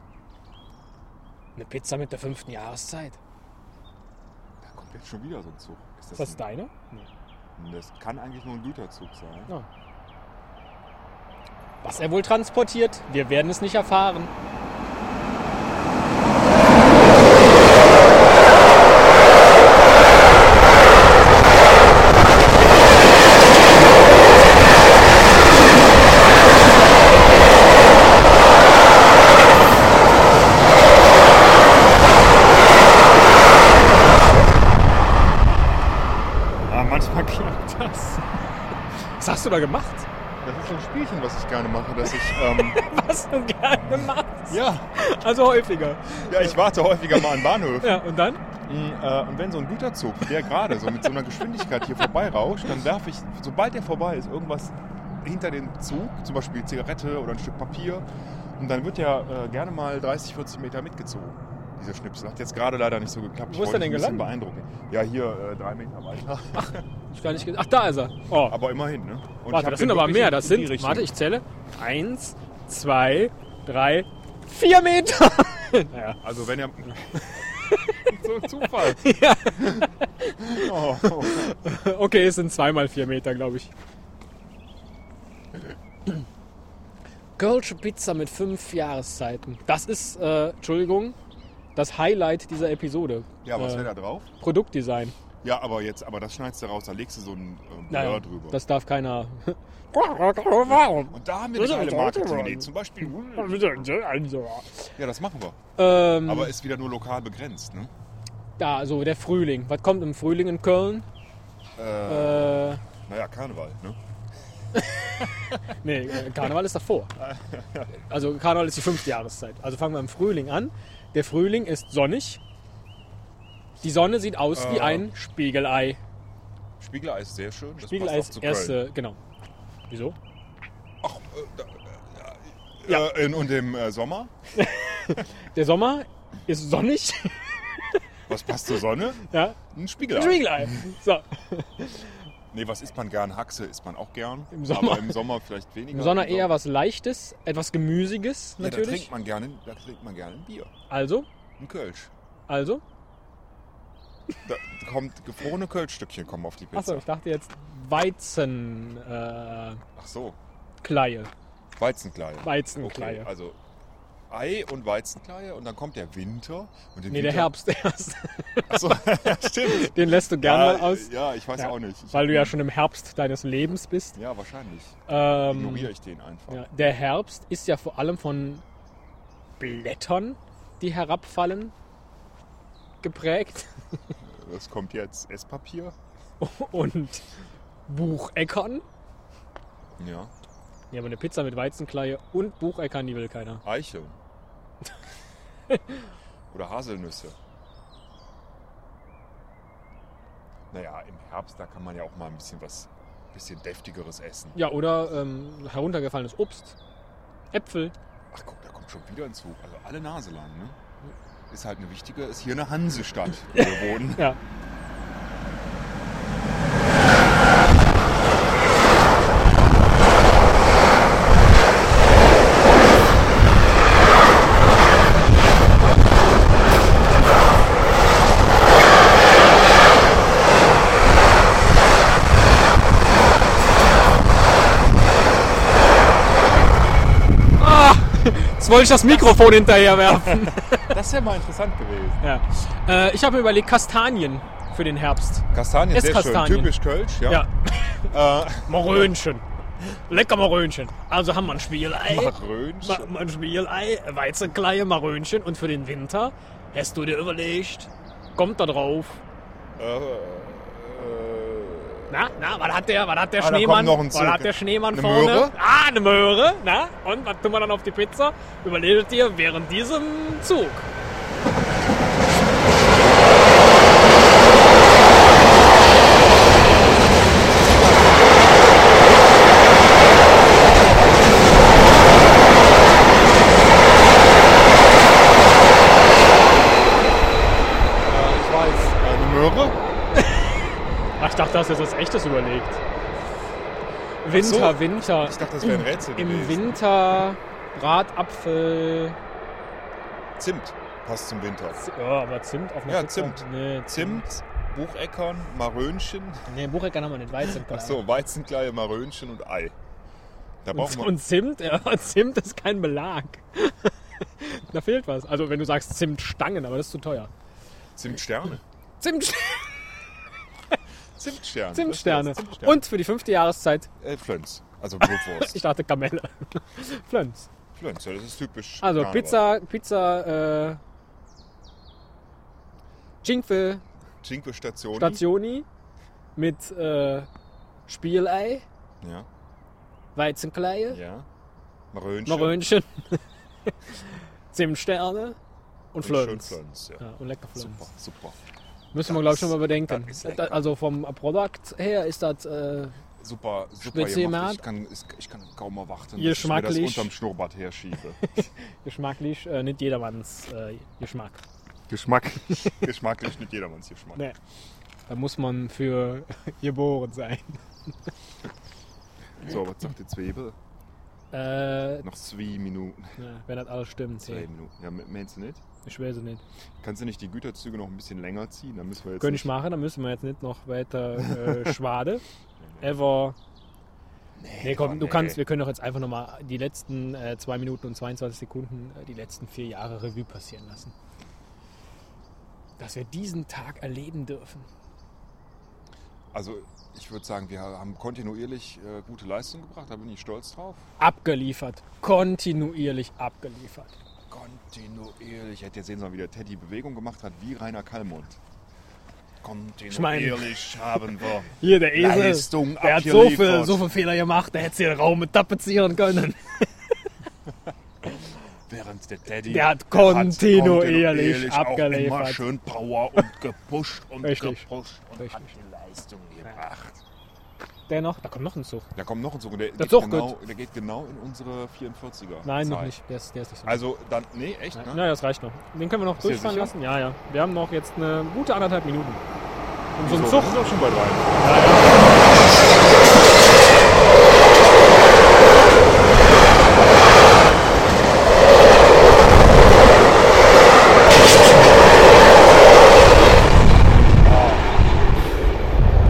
[SPEAKER 2] Eine Pizza mit der fünften Jahreszeit.
[SPEAKER 6] Da kommt jetzt schon wieder so ein Zug. Ist das,
[SPEAKER 2] Ist das
[SPEAKER 6] ein,
[SPEAKER 2] deine?
[SPEAKER 6] Das kann eigentlich nur ein Güterzug sein.
[SPEAKER 2] Ja. Was er wohl transportiert, wir werden es nicht erfahren.
[SPEAKER 3] Ah, manchmal klappt das.
[SPEAKER 2] Was hast du da gemacht?
[SPEAKER 3] Das ist so ein Spielchen, was ich gerne mache, dass ich. Ähm,
[SPEAKER 2] Was du gerne machst?
[SPEAKER 3] ja,
[SPEAKER 2] Also häufiger.
[SPEAKER 3] ja, ich warte häufiger mal an Bahnhöfen.
[SPEAKER 2] Ja, und dann?
[SPEAKER 3] Mm, äh, Und wenn so ein Güterzug, der gerade so mit so einer Geschwindigkeit hier vorbeirauscht, dann werfe ich, sobald der vorbei ist, irgendwas hinter den Zug, zum Beispiel Zigarette oder ein Stück Papier. Und dann wird ja äh, gerne mal 30, 40 Meter mitgezogen. Dieser Schnipsel hat jetzt gerade leider nicht so geklappt.
[SPEAKER 2] Wo ist
[SPEAKER 3] Ich wollte
[SPEAKER 2] er denn
[SPEAKER 3] dich ein bisschen beeindrucken. Ja, hier äh, drei Meter weiter.
[SPEAKER 2] Ich gar nicht ge- Ach, da ist er. Oh,
[SPEAKER 3] Aber immerhin, ne? Und ich hab
[SPEAKER 2] warte, das
[SPEAKER 3] den
[SPEAKER 2] sind aber
[SPEAKER 3] wirklich
[SPEAKER 2] mehr.
[SPEAKER 3] in-
[SPEAKER 2] Das
[SPEAKER 3] in die
[SPEAKER 2] sind,
[SPEAKER 3] Richtung.
[SPEAKER 2] warte, ich zähle. Eins, zwei, drei, vier Meter. naja.
[SPEAKER 3] Also wenn er... so ein Zufall. oh,
[SPEAKER 2] Okay, es sind zweimal vier Meter, glaube ich. Kölsche Pizza mit fünf Jahreszeiten. Das ist, äh, Entschuldigung, das Highlight dieser Episode.
[SPEAKER 3] Ja, was
[SPEAKER 2] Äh,
[SPEAKER 3] wäre da drauf?
[SPEAKER 2] Produktdesign.
[SPEAKER 3] Ja, aber jetzt, aber das schneidest du raus, da legst du so ein äh, Blur drüber.
[SPEAKER 2] das darf keiner.
[SPEAKER 3] Und da haben wir eine geile Marketingidee. Zum Beispiel. Ja, das machen wir.
[SPEAKER 2] Mhm. ähm,
[SPEAKER 3] Aber ist wieder nur lokal begrenzt. Ne?
[SPEAKER 2] da, also der Frühling. Was kommt im Frühling in Köln?
[SPEAKER 3] Äh,
[SPEAKER 2] Äh,
[SPEAKER 3] naja, Karneval. Ne?
[SPEAKER 2] Nee, äh, Karneval ist davor. Also Karneval ist die fünfte Jahreszeit. Also fangen wir im Frühling an. Der Frühling ist sonnig. Die Sonne sieht aus wie
[SPEAKER 3] Äh,
[SPEAKER 2] ein Spiegelei.
[SPEAKER 3] Spiegelei ist sehr schön. Das
[SPEAKER 2] Spiegelei
[SPEAKER 3] passt auch
[SPEAKER 2] ist
[SPEAKER 3] zu Köln.
[SPEAKER 2] erste, genau. Wieso?
[SPEAKER 3] Äh, in, und im äh, Sommer?
[SPEAKER 2] Der Sommer ist sonnig.
[SPEAKER 3] Was passt zur Sonne?
[SPEAKER 2] ja,
[SPEAKER 3] Ein Spiegelei.
[SPEAKER 2] Spiegelei. So.
[SPEAKER 3] Nee, was isst man gern? Haxe isst man auch gern.
[SPEAKER 2] Im Sommer.
[SPEAKER 3] Aber im Sommer vielleicht weniger. Also,
[SPEAKER 2] Im Sommer eher was Leichtes, etwas Gemüsiges
[SPEAKER 6] Ja, da
[SPEAKER 2] natürlich.
[SPEAKER 6] trinkt man gerne, da trinkt man gerne ein Bier.
[SPEAKER 2] also,
[SPEAKER 3] Ein Kölsch.
[SPEAKER 2] also.
[SPEAKER 3] Da kommt gefrorene Kölschstückchen kommen auf die
[SPEAKER 2] Achso,
[SPEAKER 3] Pizza.
[SPEAKER 2] ich dachte jetzt Weizenkleie. Äh,
[SPEAKER 3] Ach so.
[SPEAKER 2] Kleie.
[SPEAKER 3] Weizenkleie.
[SPEAKER 2] Weizenkleie.
[SPEAKER 3] Okay, also Ei und Weizenkleie und dann kommt der Winter. Und im
[SPEAKER 2] nee, der
[SPEAKER 3] Winter-
[SPEAKER 2] Herbst erst.
[SPEAKER 3] Ach so, stimmt.
[SPEAKER 2] Den lässt du gerne
[SPEAKER 3] ja,
[SPEAKER 2] mal aus.
[SPEAKER 3] Ja, ich weiß
[SPEAKER 2] Ja,
[SPEAKER 3] auch nicht. Ich
[SPEAKER 2] Weil du ja schon im Herbst deines Lebens bist.
[SPEAKER 3] Ja, wahrscheinlich.
[SPEAKER 2] Ähm,
[SPEAKER 3] Ignoriere ich den einfach.
[SPEAKER 2] ja, der Herbst ist ja vor allem von Blättern, die herabfallen, geprägt
[SPEAKER 3] Das kommt jetzt Esspapier.
[SPEAKER 2] und Bucheckern.
[SPEAKER 3] Ja.
[SPEAKER 2] Ja, aber eine Pizza mit Weizenkleie und Bucheckern, die will keiner.
[SPEAKER 3] Eiche. Oder Haselnüsse. Naja, im Herbst, da kann man ja auch mal ein bisschen was, bisschen deftigeres essen.
[SPEAKER 2] Ja, oder ähm, heruntergefallenes Obst, Äpfel.
[SPEAKER 3] Ach guck, da kommt schon wieder ein Zug. Also alle Nase lang, ne? Ist halt eine wichtige, ist hier eine Hansestadt, wo wir wohnen.
[SPEAKER 2] Ja. Jetzt wollte ich das Mikrofon hinterher werfen.
[SPEAKER 3] Das wäre mal interessant gewesen.
[SPEAKER 2] Ja. Äh, ich habe mir überlegt, Kastanien für den Herbst.
[SPEAKER 3] Kastanien, sehr schön.
[SPEAKER 2] Esskastanien.
[SPEAKER 3] Typisch Kölsch, ja. Äh.
[SPEAKER 2] Ja. Morönchen. Lecker Morönchen. Also haben wir ein Spiegelei.
[SPEAKER 3] Marönsch.
[SPEAKER 2] Ma- Ein Spiegelei, Weizenkleie, Marönchen. Und für den Winter hast du dir überlegt, kommt da drauf.
[SPEAKER 3] Äh,
[SPEAKER 2] Na, na, was hat der, was hat der
[SPEAKER 3] Ah, da
[SPEAKER 2] Schneemann?
[SPEAKER 3] kommt noch ein
[SPEAKER 2] Was
[SPEAKER 3] Zug.
[SPEAKER 2] hat der Schneemann
[SPEAKER 3] Eine
[SPEAKER 2] vorne?
[SPEAKER 3] Möhre?
[SPEAKER 2] Ah, eine Möhre. Na, und was tun wir dann auf die Pizza? Überlegt ihr während diesem Zug.
[SPEAKER 3] Äh, Ich weiß. Eine Möhre?
[SPEAKER 2] Ach, ich dachte, du hast jetzt was Echtes überlegt. Winter,
[SPEAKER 3] so.
[SPEAKER 2] Winter.
[SPEAKER 3] Ich dachte, das wäre ein Rätsel
[SPEAKER 2] Im
[SPEAKER 3] gewesen.
[SPEAKER 2] Winter Bratapfel.
[SPEAKER 3] Zimt passt zum Winter.
[SPEAKER 2] Z- Ja, aber Zimt auf einer
[SPEAKER 3] Ja,
[SPEAKER 2] Pizza?
[SPEAKER 3] Zimt.
[SPEAKER 2] Nee,
[SPEAKER 3] Zimt, Bucheckern, Marönchen.
[SPEAKER 2] Nee, Bucheckern haben wir nicht, Weizen.
[SPEAKER 3] Ach so, Weizenkleie, Marönchen und Ei. Da brauchen
[SPEAKER 2] Und,
[SPEAKER 3] wir.
[SPEAKER 2] und Zimt, ja, Zimt ist kein Belag. da fehlt was. Also wenn du sagst Zimtstangen, aber das ist zu teuer.
[SPEAKER 3] Zimtsterne.
[SPEAKER 2] Zimt,
[SPEAKER 3] Zimtsterne.
[SPEAKER 2] Zimtsterne.
[SPEAKER 3] Das wär's. Zimtsterne.
[SPEAKER 2] Und für die fünfte Jahreszeit,
[SPEAKER 3] Äh, Flönz. Also Blutwurst.
[SPEAKER 2] ich dachte Kamelle. Flönz.
[SPEAKER 3] Flönz, ja, das ist typisch.
[SPEAKER 2] Also Pizza,
[SPEAKER 3] Karneval.
[SPEAKER 2] Pizza, äh, Cinque
[SPEAKER 3] Cinque Stazioni.
[SPEAKER 2] Stationi mit äh, Spielei,
[SPEAKER 3] Ja.
[SPEAKER 2] Weizenkleie.
[SPEAKER 3] ja. Marönchen.
[SPEAKER 2] Marönchen, Zimtsterne und Flöns.
[SPEAKER 3] Flönz. Flönz ja.
[SPEAKER 2] Ja, und lecker
[SPEAKER 3] Super,
[SPEAKER 2] Flöns.
[SPEAKER 3] super.
[SPEAKER 2] Müssen wir, glaube ich, schon mal bedenken.
[SPEAKER 3] das ist lecker.
[SPEAKER 2] Da- Also vom Produkt her ist das äh,
[SPEAKER 3] Super, super
[SPEAKER 2] Spitze
[SPEAKER 3] gemacht.
[SPEAKER 2] gemacht.
[SPEAKER 3] Ich kann, ich, ich kann kaum erwarten,
[SPEAKER 2] Ihr
[SPEAKER 3] dass ich mir das
[SPEAKER 2] schmacklich.
[SPEAKER 3] unterm Schnurrbart herschiebe.
[SPEAKER 2] geschmacklich äh, nicht jedermanns äh, Geschmack.
[SPEAKER 3] Geschmack. Geschmacklich nicht jedermanns Geschmack.
[SPEAKER 2] Nee. Da muss man für geboren sein.
[SPEAKER 3] So, was sagt die Zwiebel?
[SPEAKER 2] Äh,
[SPEAKER 3] Noch zwei Minuten.
[SPEAKER 2] ja, wenn das alles stimmt.
[SPEAKER 3] Zwei
[SPEAKER 2] ey.
[SPEAKER 3] Minuten. Ja, meinst du nicht?
[SPEAKER 2] Ich weiß es nicht.
[SPEAKER 3] Kannst du nicht die Güterzüge noch ein bisschen länger ziehen? Dann müssen wir jetzt.
[SPEAKER 2] Könnte
[SPEAKER 3] nicht-
[SPEAKER 2] ich machen, dann müssen wir jetzt nicht noch weiter äh, Schwade. Ever. Nee, komm, du
[SPEAKER 3] nee.
[SPEAKER 2] kannst, wir können doch jetzt einfach nochmal die letzten äh, 2 Minuten und 22 Sekunden, äh, die letzten vier Jahre Revue passieren lassen. Dass wir diesen Tag erleben dürfen.
[SPEAKER 3] Also, ich würde sagen, wir haben kontinuierlich äh, gute Leistung gebracht. Da bin ich stolz drauf.
[SPEAKER 2] Abgeliefert, kontinuierlich abgeliefert.
[SPEAKER 3] Kontinuierlich. Ich hätte jetzt sehen sollen, wie der Teddy Bewegung gemacht hat, wie Rainer Kallmund.
[SPEAKER 2] meine-
[SPEAKER 3] Kontinuierlich haben wir.
[SPEAKER 2] Hier, der Esel,
[SPEAKER 3] Leistung
[SPEAKER 2] der hat so
[SPEAKER 3] abgeliefert.
[SPEAKER 2] viel, so viel Fehler gemacht, der hätte den Raum mit tapezieren können.
[SPEAKER 3] Während der Teddy.
[SPEAKER 2] Der hat kontinuierlich
[SPEAKER 3] auch Immer
[SPEAKER 2] abgeliefert.
[SPEAKER 3] schön Power und gepusht und
[SPEAKER 2] Richtig.
[SPEAKER 3] gepusht und hat
[SPEAKER 2] Richtig.
[SPEAKER 3] die Leistung gebracht.
[SPEAKER 2] Dennoch, da kommt noch ein Zug.
[SPEAKER 3] Da kommt noch ein Zug und der,
[SPEAKER 2] Der
[SPEAKER 3] geht,
[SPEAKER 2] Zug
[SPEAKER 3] genau, der geht genau in unsere 44er.
[SPEAKER 2] Nein, noch
[SPEAKER 3] Zeit.
[SPEAKER 2] nicht. Der ist, der ist nicht so.
[SPEAKER 3] Also dann, nee, echt,
[SPEAKER 2] Nein,
[SPEAKER 3] ne?
[SPEAKER 2] Na, das reicht noch. Den können wir noch
[SPEAKER 3] ihr
[SPEAKER 2] durchfahren
[SPEAKER 3] sicher?
[SPEAKER 2] lassen. Ja, ja. Wir haben noch jetzt eine gute anderthalb Minuten. Und so ein
[SPEAKER 3] So,
[SPEAKER 2] Zug.
[SPEAKER 3] wir sind doch schon bald rein.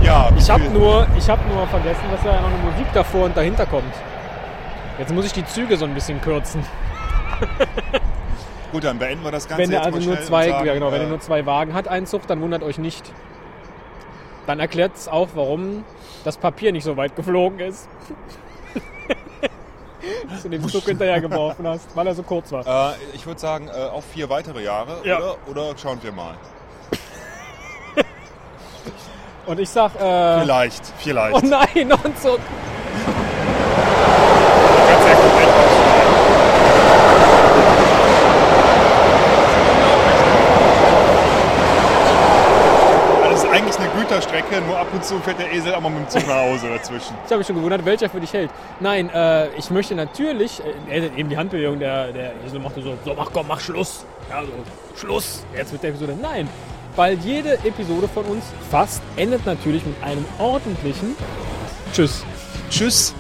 [SPEAKER 3] Ja,
[SPEAKER 2] Ich habe
[SPEAKER 3] wir-
[SPEAKER 2] nur, ich hab nur vergessen, dass ja noch eine Musik davor und dahinter kommt. Jetzt muss ich die Züge so ein bisschen kürzen.
[SPEAKER 3] Gut, dann beenden wir das Ganze
[SPEAKER 2] Wenn ihr
[SPEAKER 3] jetzt
[SPEAKER 2] also
[SPEAKER 3] mal
[SPEAKER 2] nur
[SPEAKER 3] schnell
[SPEAKER 2] zwei,
[SPEAKER 3] und sagen,
[SPEAKER 2] ja genau, wenn
[SPEAKER 3] äh,
[SPEAKER 2] ihr nur zwei Wagen hat, einen Zug, dann wundert euch nicht. Dann erklärt es auch, warum das Papier nicht so weit geflogen ist. Dass du den Zug hinterher geworfen hast, weil er so kurz war.
[SPEAKER 3] Äh, ich würde sagen, äh, auf vier weitere Jahre,
[SPEAKER 2] Ja.
[SPEAKER 3] oder? Oder schauen wir mal.
[SPEAKER 2] Und ich sag, äh,
[SPEAKER 3] Vielleicht, vielleicht.
[SPEAKER 2] oh nein, noch ein Zug.
[SPEAKER 3] Das ist eigentlich eine Güterstrecke, nur ab und zu fährt der Esel einmal mit dem Zug nach Hause dazwischen.
[SPEAKER 2] Ich habe mich schon gewundert, welcher für dich hält. Nein, äh, ich möchte natürlich, äh, er hat eben die Handbewegung, der, der Esel machte so, so, mach komm, mach Schluss. Ja, so, Schluss, jetzt mit der Episode. Nein, weil jede Episode von uns fast endet natürlich mit einem ordentlichen Tschüss.
[SPEAKER 3] Tschüss.